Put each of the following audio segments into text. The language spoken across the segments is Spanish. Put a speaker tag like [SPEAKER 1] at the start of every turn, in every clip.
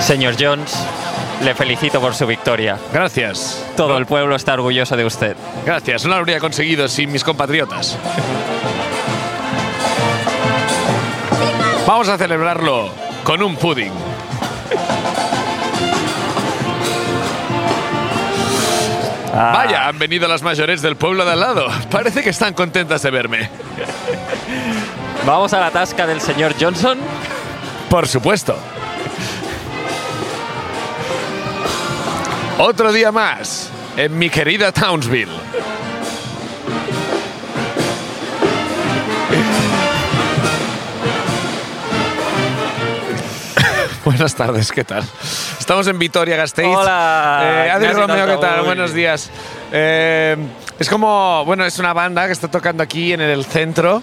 [SPEAKER 1] Señor Jones, le felicito por su victoria.
[SPEAKER 2] Gracias.
[SPEAKER 1] Todo el pueblo está orgulloso de usted.
[SPEAKER 2] Gracias. No lo habría conseguido sin mis compatriotas. Vamos a celebrarlo con un pudding. Vaya, han venido las mayores del pueblo de al lado. Parece que están contentas de verme.
[SPEAKER 1] Vamos a la tasca del señor Johnson.
[SPEAKER 2] Por supuesto. Otro día más en mi querida Townsville. Buenas tardes, ¿qué tal? Estamos en Vitoria, Gasteiz.
[SPEAKER 1] Hola,
[SPEAKER 2] Eh, Adri
[SPEAKER 1] Ignacio
[SPEAKER 2] Romeo, ¿qué tal?
[SPEAKER 1] Tantabull.
[SPEAKER 2] Buenos días. Eh, es como, bueno, es una banda que está tocando aquí en el centro,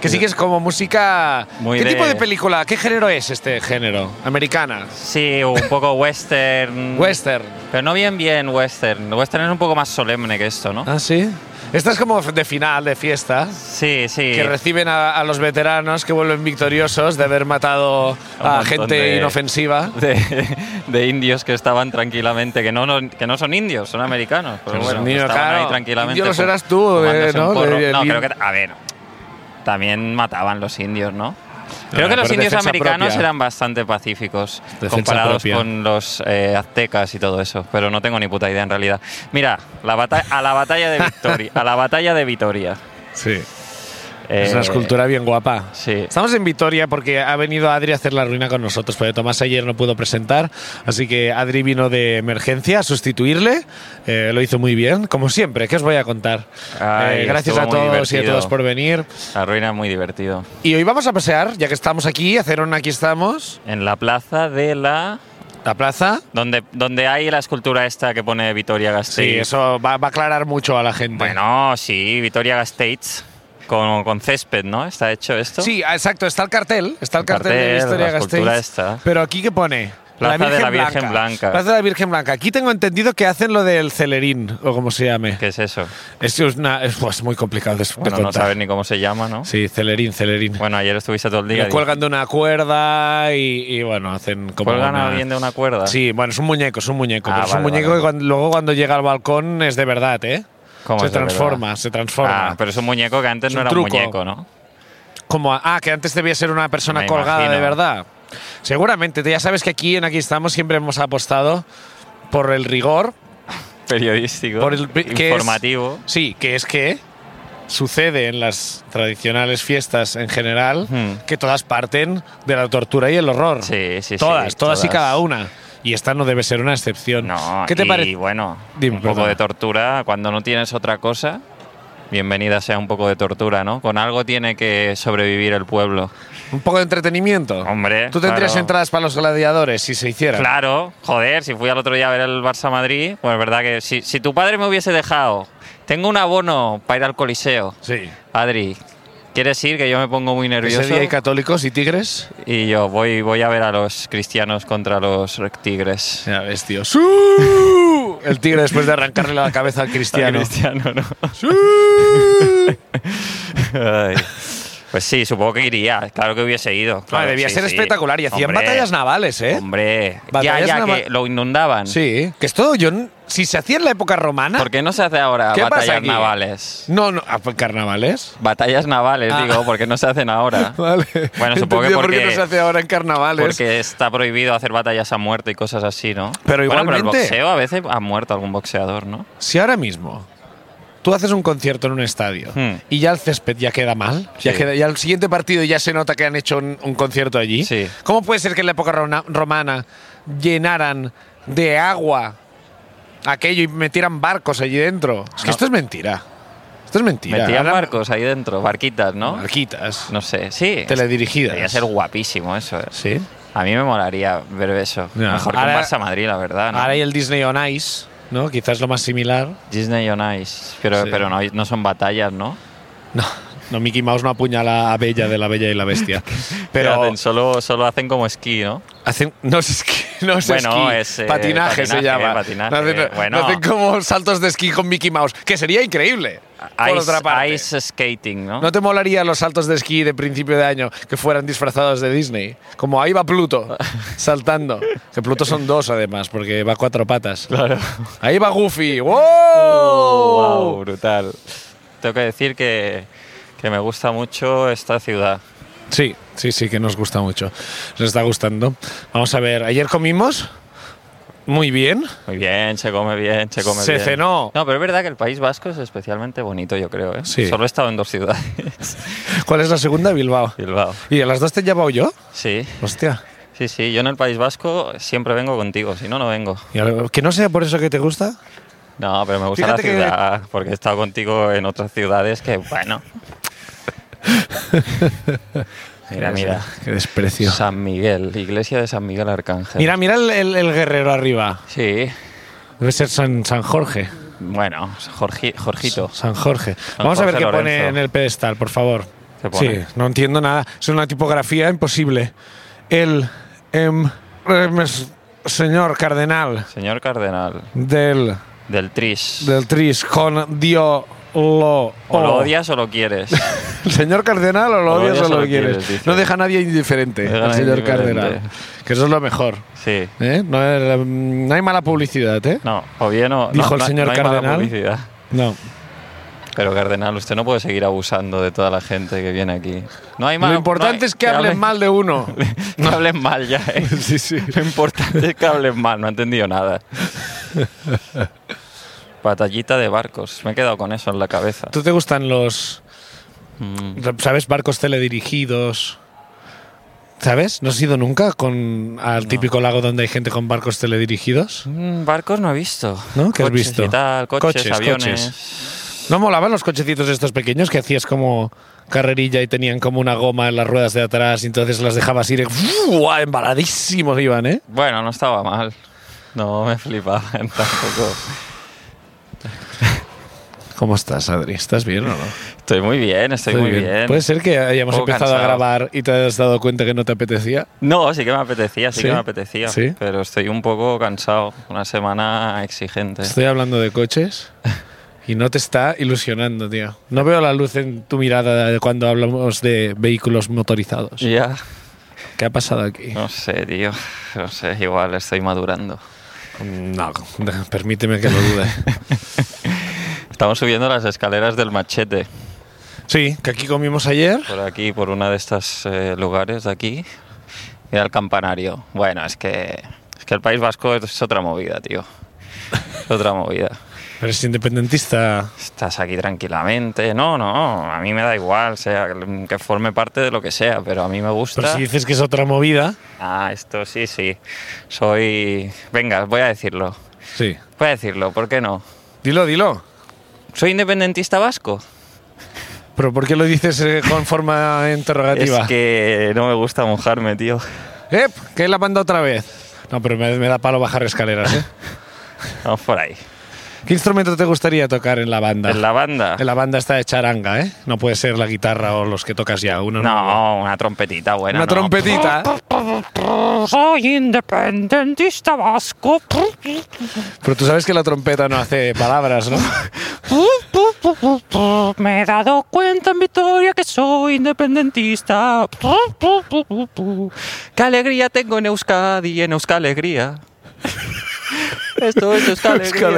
[SPEAKER 2] que sí que es como música.
[SPEAKER 1] Muy
[SPEAKER 2] ¿Qué
[SPEAKER 1] de-
[SPEAKER 2] tipo de película? ¿Qué género es este género? Americana,
[SPEAKER 1] Sí, un poco western.
[SPEAKER 2] western.
[SPEAKER 1] Pero no bien, bien western. Western es un poco más solemne que esto, ¿no?
[SPEAKER 2] Ah, sí. Esta es como de final, de fiesta.
[SPEAKER 1] Sí, sí.
[SPEAKER 2] Que reciben a, a los veteranos que vuelven victoriosos de haber matado
[SPEAKER 1] Un
[SPEAKER 2] a
[SPEAKER 1] montón
[SPEAKER 2] gente
[SPEAKER 1] de-
[SPEAKER 2] inofensiva.
[SPEAKER 1] de, de indios que estaban tranquilamente, que no, no- que no son indios, son americanos. Pero
[SPEAKER 2] Pero
[SPEAKER 1] bueno,
[SPEAKER 2] son
[SPEAKER 1] que
[SPEAKER 2] indios,
[SPEAKER 1] estaban
[SPEAKER 2] claro.
[SPEAKER 1] ahí tranquilamente.
[SPEAKER 2] Indio los
[SPEAKER 1] fu-
[SPEAKER 2] eras tú,
[SPEAKER 1] fumándose
[SPEAKER 2] eh,
[SPEAKER 1] un
[SPEAKER 2] ¿no?
[SPEAKER 1] porro.
[SPEAKER 2] De-
[SPEAKER 1] no,
[SPEAKER 2] de-
[SPEAKER 1] creo que. A ver, también mataban los indios, ¿no? Creo
[SPEAKER 2] No,
[SPEAKER 1] que los
[SPEAKER 2] por
[SPEAKER 1] indios
[SPEAKER 2] defensa
[SPEAKER 1] americanos
[SPEAKER 2] propia.
[SPEAKER 1] eran bastante pacíficos
[SPEAKER 2] Defensa
[SPEAKER 1] comparados
[SPEAKER 2] propia.
[SPEAKER 1] con los eh, aztecas y todo eso, pero no tengo ni puta idea en realidad. Mira, la bata- a la batalla de Victoria, a la batalla de Vitoria.
[SPEAKER 2] Sí.
[SPEAKER 1] Eh,
[SPEAKER 2] es una escultura bien guapa.
[SPEAKER 1] sí.
[SPEAKER 2] Estamos en Vitoria porque ha venido Adri a hacer la ruina con nosotros, porque Tomás ayer no pudo presentar, así que Adri vino de emergencia a sustituirle. Eh, lo hizo muy bien, como siempre. ¿Qué os voy a contar?
[SPEAKER 1] Ay,
[SPEAKER 2] Eh, gracias
[SPEAKER 1] estuvo
[SPEAKER 2] a
[SPEAKER 1] muy
[SPEAKER 2] todos y a
[SPEAKER 1] divertido.
[SPEAKER 2] todos por venir.
[SPEAKER 1] La ruina es muy divertido.
[SPEAKER 2] Y hoy vamos a pasear, ya que estamos aquí, a hacer un aquí estamos,
[SPEAKER 1] En la plaza de la
[SPEAKER 2] la plaza.
[SPEAKER 1] Donde, donde hay la escultura esta que pone Vitoria
[SPEAKER 2] Sí,
[SPEAKER 1] Gasteiz.
[SPEAKER 2] eso va, va a aclarar mucho a la gente.
[SPEAKER 1] Bueno, sí, Vitoria Gasteiz con, con césped, ¿no? ¿Está hecho esto?
[SPEAKER 2] Sí, ah, exacto, está el cartel, está el
[SPEAKER 1] El
[SPEAKER 2] cartel, de
[SPEAKER 1] cartel,
[SPEAKER 2] la historia
[SPEAKER 1] la
[SPEAKER 2] Gasteiz.
[SPEAKER 1] escultura esta.
[SPEAKER 2] Pero aquí qué pone?
[SPEAKER 1] Plaza de la Virgen Blanca.
[SPEAKER 2] Plaza de la Virgen Blanca. Aquí tengo entendido que hacen lo del celerín o como se llame.
[SPEAKER 1] ¿Qué es eso?
[SPEAKER 2] Es que es una- es, buah, es muy complicado de, de
[SPEAKER 1] Bueno, no
[SPEAKER 2] contar.
[SPEAKER 1] sabes ni cómo se llama, ¿no?
[SPEAKER 2] Sí, celerín, celerín.
[SPEAKER 1] Bueno, ayer estuviste todo el
[SPEAKER 2] Lo
[SPEAKER 1] día. y-
[SPEAKER 2] cuelgan de una cuerda y, y, bueno, hacen como
[SPEAKER 1] ¿Cuelgan a
[SPEAKER 2] una-
[SPEAKER 1] alguien de una cuerda?
[SPEAKER 2] Sí, bueno, es un muñeco, es un muñeco,
[SPEAKER 1] Ah,
[SPEAKER 2] pero es un
[SPEAKER 1] vale,
[SPEAKER 2] muñeco
[SPEAKER 1] vale.
[SPEAKER 2] que cuando- luego cuando llega al balcón es de verdad, ¿eh?
[SPEAKER 1] ¿Cómo
[SPEAKER 2] se
[SPEAKER 1] es de
[SPEAKER 2] transforma,
[SPEAKER 1] verdad?
[SPEAKER 2] se transforma.
[SPEAKER 1] Ah, pero es un muñeco que antes
[SPEAKER 2] Es
[SPEAKER 1] no
[SPEAKER 2] un
[SPEAKER 1] era un
[SPEAKER 2] truco.
[SPEAKER 1] muñeco, ¿no?
[SPEAKER 2] Como, ah, que antes debía ser una persona
[SPEAKER 1] Me
[SPEAKER 2] colgada de
[SPEAKER 1] imagino.
[SPEAKER 2] verdad. Seguramente, tú ya sabes que aquí en Aquí estamos siempre hemos apostado por el rigor,
[SPEAKER 1] Periodístico,
[SPEAKER 2] por el que es-
[SPEAKER 1] informativo.
[SPEAKER 2] sí, que es que sucede en las tradicionales fiestas en general
[SPEAKER 1] Hmm.
[SPEAKER 2] que todas parten de la tortura y el horror.
[SPEAKER 1] Sí, sí, sí,
[SPEAKER 2] todas, todas y
[SPEAKER 1] todas.
[SPEAKER 2] cada una. Y esta no debe ser una excepción.
[SPEAKER 1] No,
[SPEAKER 2] ¿Qué te
[SPEAKER 1] y
[SPEAKER 2] parece?
[SPEAKER 1] bueno,
[SPEAKER 2] Dime,
[SPEAKER 1] un poco
[SPEAKER 2] perdona.
[SPEAKER 1] de tortura cuando no tienes otra cosa. Bienvenida sea un poco de tortura, ¿no? Con algo tiene que sobrevivir el pueblo.
[SPEAKER 2] Un poco de entretenimiento.
[SPEAKER 1] Hombre,
[SPEAKER 2] Tú tendrías
[SPEAKER 1] claro.
[SPEAKER 2] entradas para los gladiadores si se hiciera.
[SPEAKER 1] Claro, joder, si fui al otro día a ver el Barça Madrid, pues es verdad que si, si tu padre me hubiese dejado, tengo un abono para ir al Coliseo.
[SPEAKER 2] Sí.
[SPEAKER 1] Adri, ¿quieres ir? Que yo me pongo muy nervioso.
[SPEAKER 2] Ese día hay católicos y tigres.
[SPEAKER 1] y yo voy, voy a ver a los cristianos contra los tigres.
[SPEAKER 2] Ya ves, tío. ¡Sú! El tigre después de arrancarle la cabeza al
[SPEAKER 1] Al
[SPEAKER 2] cristiano.
[SPEAKER 1] cristiano, ¿no?
[SPEAKER 2] ¡Sú!
[SPEAKER 1] Ay. Pues sí, supongo que iría. Claro que hubiese ido.
[SPEAKER 2] Ah,
[SPEAKER 1] claro,
[SPEAKER 2] debía
[SPEAKER 1] sí,
[SPEAKER 2] ser
[SPEAKER 1] sí.
[SPEAKER 2] espectacular. Y hacían
[SPEAKER 1] Hombre,
[SPEAKER 2] batallas navales, ¿eh?
[SPEAKER 1] Hombre, ya,
[SPEAKER 2] Batallas
[SPEAKER 1] ya,
[SPEAKER 2] nava-
[SPEAKER 1] que lo inundaban.
[SPEAKER 2] Sí. Que esto, yo. n- Si se hacía en la época romana.
[SPEAKER 1] ¿Por qué no se hace ahora
[SPEAKER 2] ¿Qué pasa
[SPEAKER 1] batallas
[SPEAKER 2] aquí?
[SPEAKER 1] navales?
[SPEAKER 2] No, no. ah, pues, ¿Carnavales?
[SPEAKER 1] Batallas navales,
[SPEAKER 2] Ah.
[SPEAKER 1] digo, ¿por qué no se hacen ahora?
[SPEAKER 2] Vale.
[SPEAKER 1] Bueno, supongo que
[SPEAKER 2] Entendido por qué
[SPEAKER 1] porque-
[SPEAKER 2] no se hace ahora en carnavales.
[SPEAKER 1] Porque está prohibido hacer batallas a muerte y cosas así, ¿no?
[SPEAKER 2] Pero
[SPEAKER 1] Bueno, pero el
[SPEAKER 2] igualmente-
[SPEAKER 1] boxeo a veces ha muerto algún boxeador, ¿no?
[SPEAKER 2] Si ahora mismo tú haces un concierto en un estadio
[SPEAKER 1] Hmm.
[SPEAKER 2] y ya el césped ya queda mal, ya
[SPEAKER 1] Sí.
[SPEAKER 2] queda, y al siguiente partido ya se nota que han hecho un, un concierto allí,
[SPEAKER 1] Sí.
[SPEAKER 2] ¿cómo puede ser que en la época rona- romana llenaran de agua aquello y metieran barcos allí dentro? Es que
[SPEAKER 1] No.
[SPEAKER 2] esto es mentira. Esto es mentira.
[SPEAKER 1] Metían
[SPEAKER 2] Ahora-
[SPEAKER 1] barcos ahí dentro, barquitas, ¿no?
[SPEAKER 2] Marquitas.
[SPEAKER 1] No sé, sí.
[SPEAKER 2] Teledirigidas.
[SPEAKER 1] Debería ser guapísimo eso. eh.
[SPEAKER 2] Sí.
[SPEAKER 1] A mí me molaría ver eso.
[SPEAKER 2] Ya.
[SPEAKER 1] Mejor que
[SPEAKER 2] Ahora-
[SPEAKER 1] un Barça-Madrid, la verdad. ¿no?
[SPEAKER 2] Ahora hay el Disney on Ice, ¿no? Quizás lo más similar.
[SPEAKER 1] Disney on Ice. Pero,
[SPEAKER 2] Sí.
[SPEAKER 1] pero no, hay- no son batallas, ¿no?
[SPEAKER 2] No, no Mickey Mouse no apuñala a Bella de la Bella y la Bestia.
[SPEAKER 1] Que
[SPEAKER 2] Pero
[SPEAKER 1] hacen solo, solo hacen como esquí, ¿no?
[SPEAKER 2] hacen, no es esquí, no es
[SPEAKER 1] Bueno,
[SPEAKER 2] esquí,
[SPEAKER 1] es, eh,
[SPEAKER 2] patinaje, se
[SPEAKER 1] patinaje,
[SPEAKER 2] llama.
[SPEAKER 1] patinaje,
[SPEAKER 2] No hacen, no
[SPEAKER 1] bueno.
[SPEAKER 2] hacen como saltos de esquí con Mickey Mouse, que sería increíble. por
[SPEAKER 1] Ice,
[SPEAKER 2] otra parte.
[SPEAKER 1] ice skating, ¿no?
[SPEAKER 2] ¿No te molaría los saltos de esquí de principio de año que fueran disfrazados de Disney? Como ahí va Pluto, saltando. Que Pluto son dos, además, porque va a cuatro patas.
[SPEAKER 1] Claro. Uh,
[SPEAKER 2] Ahí va Goofy. ¡Wow!
[SPEAKER 1] Wow, brutal. Oh. Tengo que decir que, que me gusta mucho esta ciudad.
[SPEAKER 2] Sí, sí, sí, que nos gusta mucho. Nos está gustando. Vamos a ver, ayer comimos muy bien.
[SPEAKER 1] Muy bien, se come bien, se come
[SPEAKER 2] Se
[SPEAKER 1] bien.
[SPEAKER 2] cenó.
[SPEAKER 1] No, pero es verdad que el País Vasco es especialmente bonito, yo creo. ¿eh?
[SPEAKER 2] Sí.
[SPEAKER 1] Solo he estado en dos ciudades.
[SPEAKER 2] ¿Cuál es la segunda? Bilbao.
[SPEAKER 1] Bilbao.
[SPEAKER 2] ¿Y a las dos te he llevado yo?
[SPEAKER 1] Sí,
[SPEAKER 2] Hostia.
[SPEAKER 1] sí, sí. Yo en el País Vasco siempre vengo contigo, si no, no vengo.
[SPEAKER 2] ¿Y ahora- ¿Que no sea por eso que te gusta?
[SPEAKER 1] No, pero me gusta
[SPEAKER 2] Fíjate que-
[SPEAKER 1] la ciudad, porque he estado contigo en otras ciudades que, bueno. mira, mira.
[SPEAKER 2] Qué desprecio.
[SPEAKER 1] San Miguel, iglesia de San Miguel Arcángel.
[SPEAKER 2] Mira, mira el, el- el guerrero arriba.
[SPEAKER 1] Sí,
[SPEAKER 2] Debe ser San, San Jorge.
[SPEAKER 1] bueno, Jorgi- Jorgito.
[SPEAKER 2] San Jorge. Vamos a ver
[SPEAKER 1] Jorge
[SPEAKER 2] qué pone
[SPEAKER 1] Lorenzo.
[SPEAKER 2] en el pedestal, por favor.
[SPEAKER 1] ¿Qué pone?
[SPEAKER 2] Sí, no entiendo nada. Es una tipografía imposible. El em, em, es- señor cardenal
[SPEAKER 1] Señor Cardenal,
[SPEAKER 2] del,
[SPEAKER 1] del Tris.
[SPEAKER 2] del Tris con Dio lo.
[SPEAKER 1] O
[SPEAKER 2] o.
[SPEAKER 1] lo odias o lo quieres.
[SPEAKER 2] El señor cardenal o lo odias o lo quieres.
[SPEAKER 1] dice.
[SPEAKER 2] no deja a nadie indiferente,
[SPEAKER 1] No deja a
[SPEAKER 2] el
[SPEAKER 1] nadie
[SPEAKER 2] señor
[SPEAKER 1] indiferente.
[SPEAKER 2] cardenal. Que eso es lo mejor.
[SPEAKER 1] Sí.
[SPEAKER 2] ¿eh? No, eh, no hay mala publicidad, ¿eh?
[SPEAKER 1] No, o bien o. no,
[SPEAKER 2] Dijo el
[SPEAKER 1] no-
[SPEAKER 2] señor
[SPEAKER 1] no hay mala
[SPEAKER 2] Cardenal.
[SPEAKER 1] publicidad.
[SPEAKER 2] No.
[SPEAKER 1] Pero Cardenal, usted no puede seguir abusando de toda la gente que viene aquí. No hay mal.
[SPEAKER 2] lo importante es que, hablen mal de uno.
[SPEAKER 1] No hablen mal ya, ¿eh?
[SPEAKER 2] sí, sí.
[SPEAKER 1] Lo importante es que hablen mal, no he entendido nada. Batallita de barcos, me he quedado con eso en la cabeza.
[SPEAKER 2] ¿Tú te gustan los,
[SPEAKER 1] Mm.
[SPEAKER 2] sabes, barcos teledirigidos? ¿Sabes? ¿No has ido nunca con al típico lago donde hay gente con barcos teledirigidos?
[SPEAKER 1] Mm, Barcos no he visto.
[SPEAKER 2] ¿No? ¿Qué has
[SPEAKER 1] Coches
[SPEAKER 2] visto?
[SPEAKER 1] y tal, coches,
[SPEAKER 2] Coches,
[SPEAKER 1] aviones.
[SPEAKER 2] ¿No molaban los cochecitos estos pequeños que hacías como carrerilla y tenían como una goma en las ruedas de atrás y entonces las dejabas ir? ¡Buah! Embaladísimos iban, ¿eh?
[SPEAKER 1] Bueno, no estaba mal. No me flipaban tampoco.
[SPEAKER 2] ¿Cómo estás, Adri? ¿Estás bien o no?
[SPEAKER 1] Estoy muy bien, estoy muy bien.
[SPEAKER 2] ¿Puede ser que hayamos
[SPEAKER 1] Poco
[SPEAKER 2] empezado a
[SPEAKER 1] cansado.
[SPEAKER 2] grabar y te hayas dado cuenta que no te apetecía?
[SPEAKER 1] No, sí que me apetecía, sí,
[SPEAKER 2] ¿Sí?
[SPEAKER 1] que me apetecía.
[SPEAKER 2] ¿Sí?
[SPEAKER 1] Pero estoy un poco cansado. Una semana exigente.
[SPEAKER 2] Estoy hablando de coches y no te está ilusionando, tío. No veo la luz en tu mirada de cuando hablamos de vehículos motorizados.
[SPEAKER 1] Ya,
[SPEAKER 2] ¿Qué ha pasado aquí?
[SPEAKER 1] no sé, tío. No sé, igual estoy madurando.
[SPEAKER 2] No, permíteme que lo dude.
[SPEAKER 1] Estamos subiendo las escaleras del machete.
[SPEAKER 2] Sí, que aquí comimos ayer.
[SPEAKER 1] Por aquí, por una de estos eh, lugares de aquí. Mira el campanario. Bueno, es que, es que el País Vasco es otra movida, tío. Es otra movida.
[SPEAKER 2] Pero es independentista.
[SPEAKER 1] Estás aquí tranquilamente. No, no, a mí me da igual, sea que forme parte de lo que sea, pero a mí me gusta.
[SPEAKER 2] Pero si dices que es otra movida.
[SPEAKER 1] Ah, esto sí, sí. Soy. Venga, voy a decirlo.
[SPEAKER 2] Sí.
[SPEAKER 1] Voy a decirlo, ¿por qué no?
[SPEAKER 2] Dilo, dilo.
[SPEAKER 1] ¿Soy independentista vasco?
[SPEAKER 2] Pero ¿por qué lo dices eh, con forma interrogativa?
[SPEAKER 1] Es que no me gusta mojarme, tío.
[SPEAKER 2] ¡Ep! Que la manda otra vez. No, pero me, me da palo bajar escaleras, ¿eh?
[SPEAKER 1] Vamos por ahí.
[SPEAKER 2] ¿Qué instrumento te gustaría tocar en la banda?
[SPEAKER 1] ¿En la banda?
[SPEAKER 2] En la banda está de charanga, ¿eh? No puede ser la guitarra o los que tocas ya. Uno
[SPEAKER 1] No, una trompetita buena.
[SPEAKER 2] Una
[SPEAKER 1] no. Oh,
[SPEAKER 2] trompetita. ¿eh?
[SPEAKER 1] Soy independentista vasco.
[SPEAKER 2] Pero tú sabes que la trompeta no hace palabras, ¿no?
[SPEAKER 1] Me he dado cuenta en Victoria que soy independentista. Qué alegría tengo en Euskadi, en Euskal Alegría. Esto es Euskal Alegría.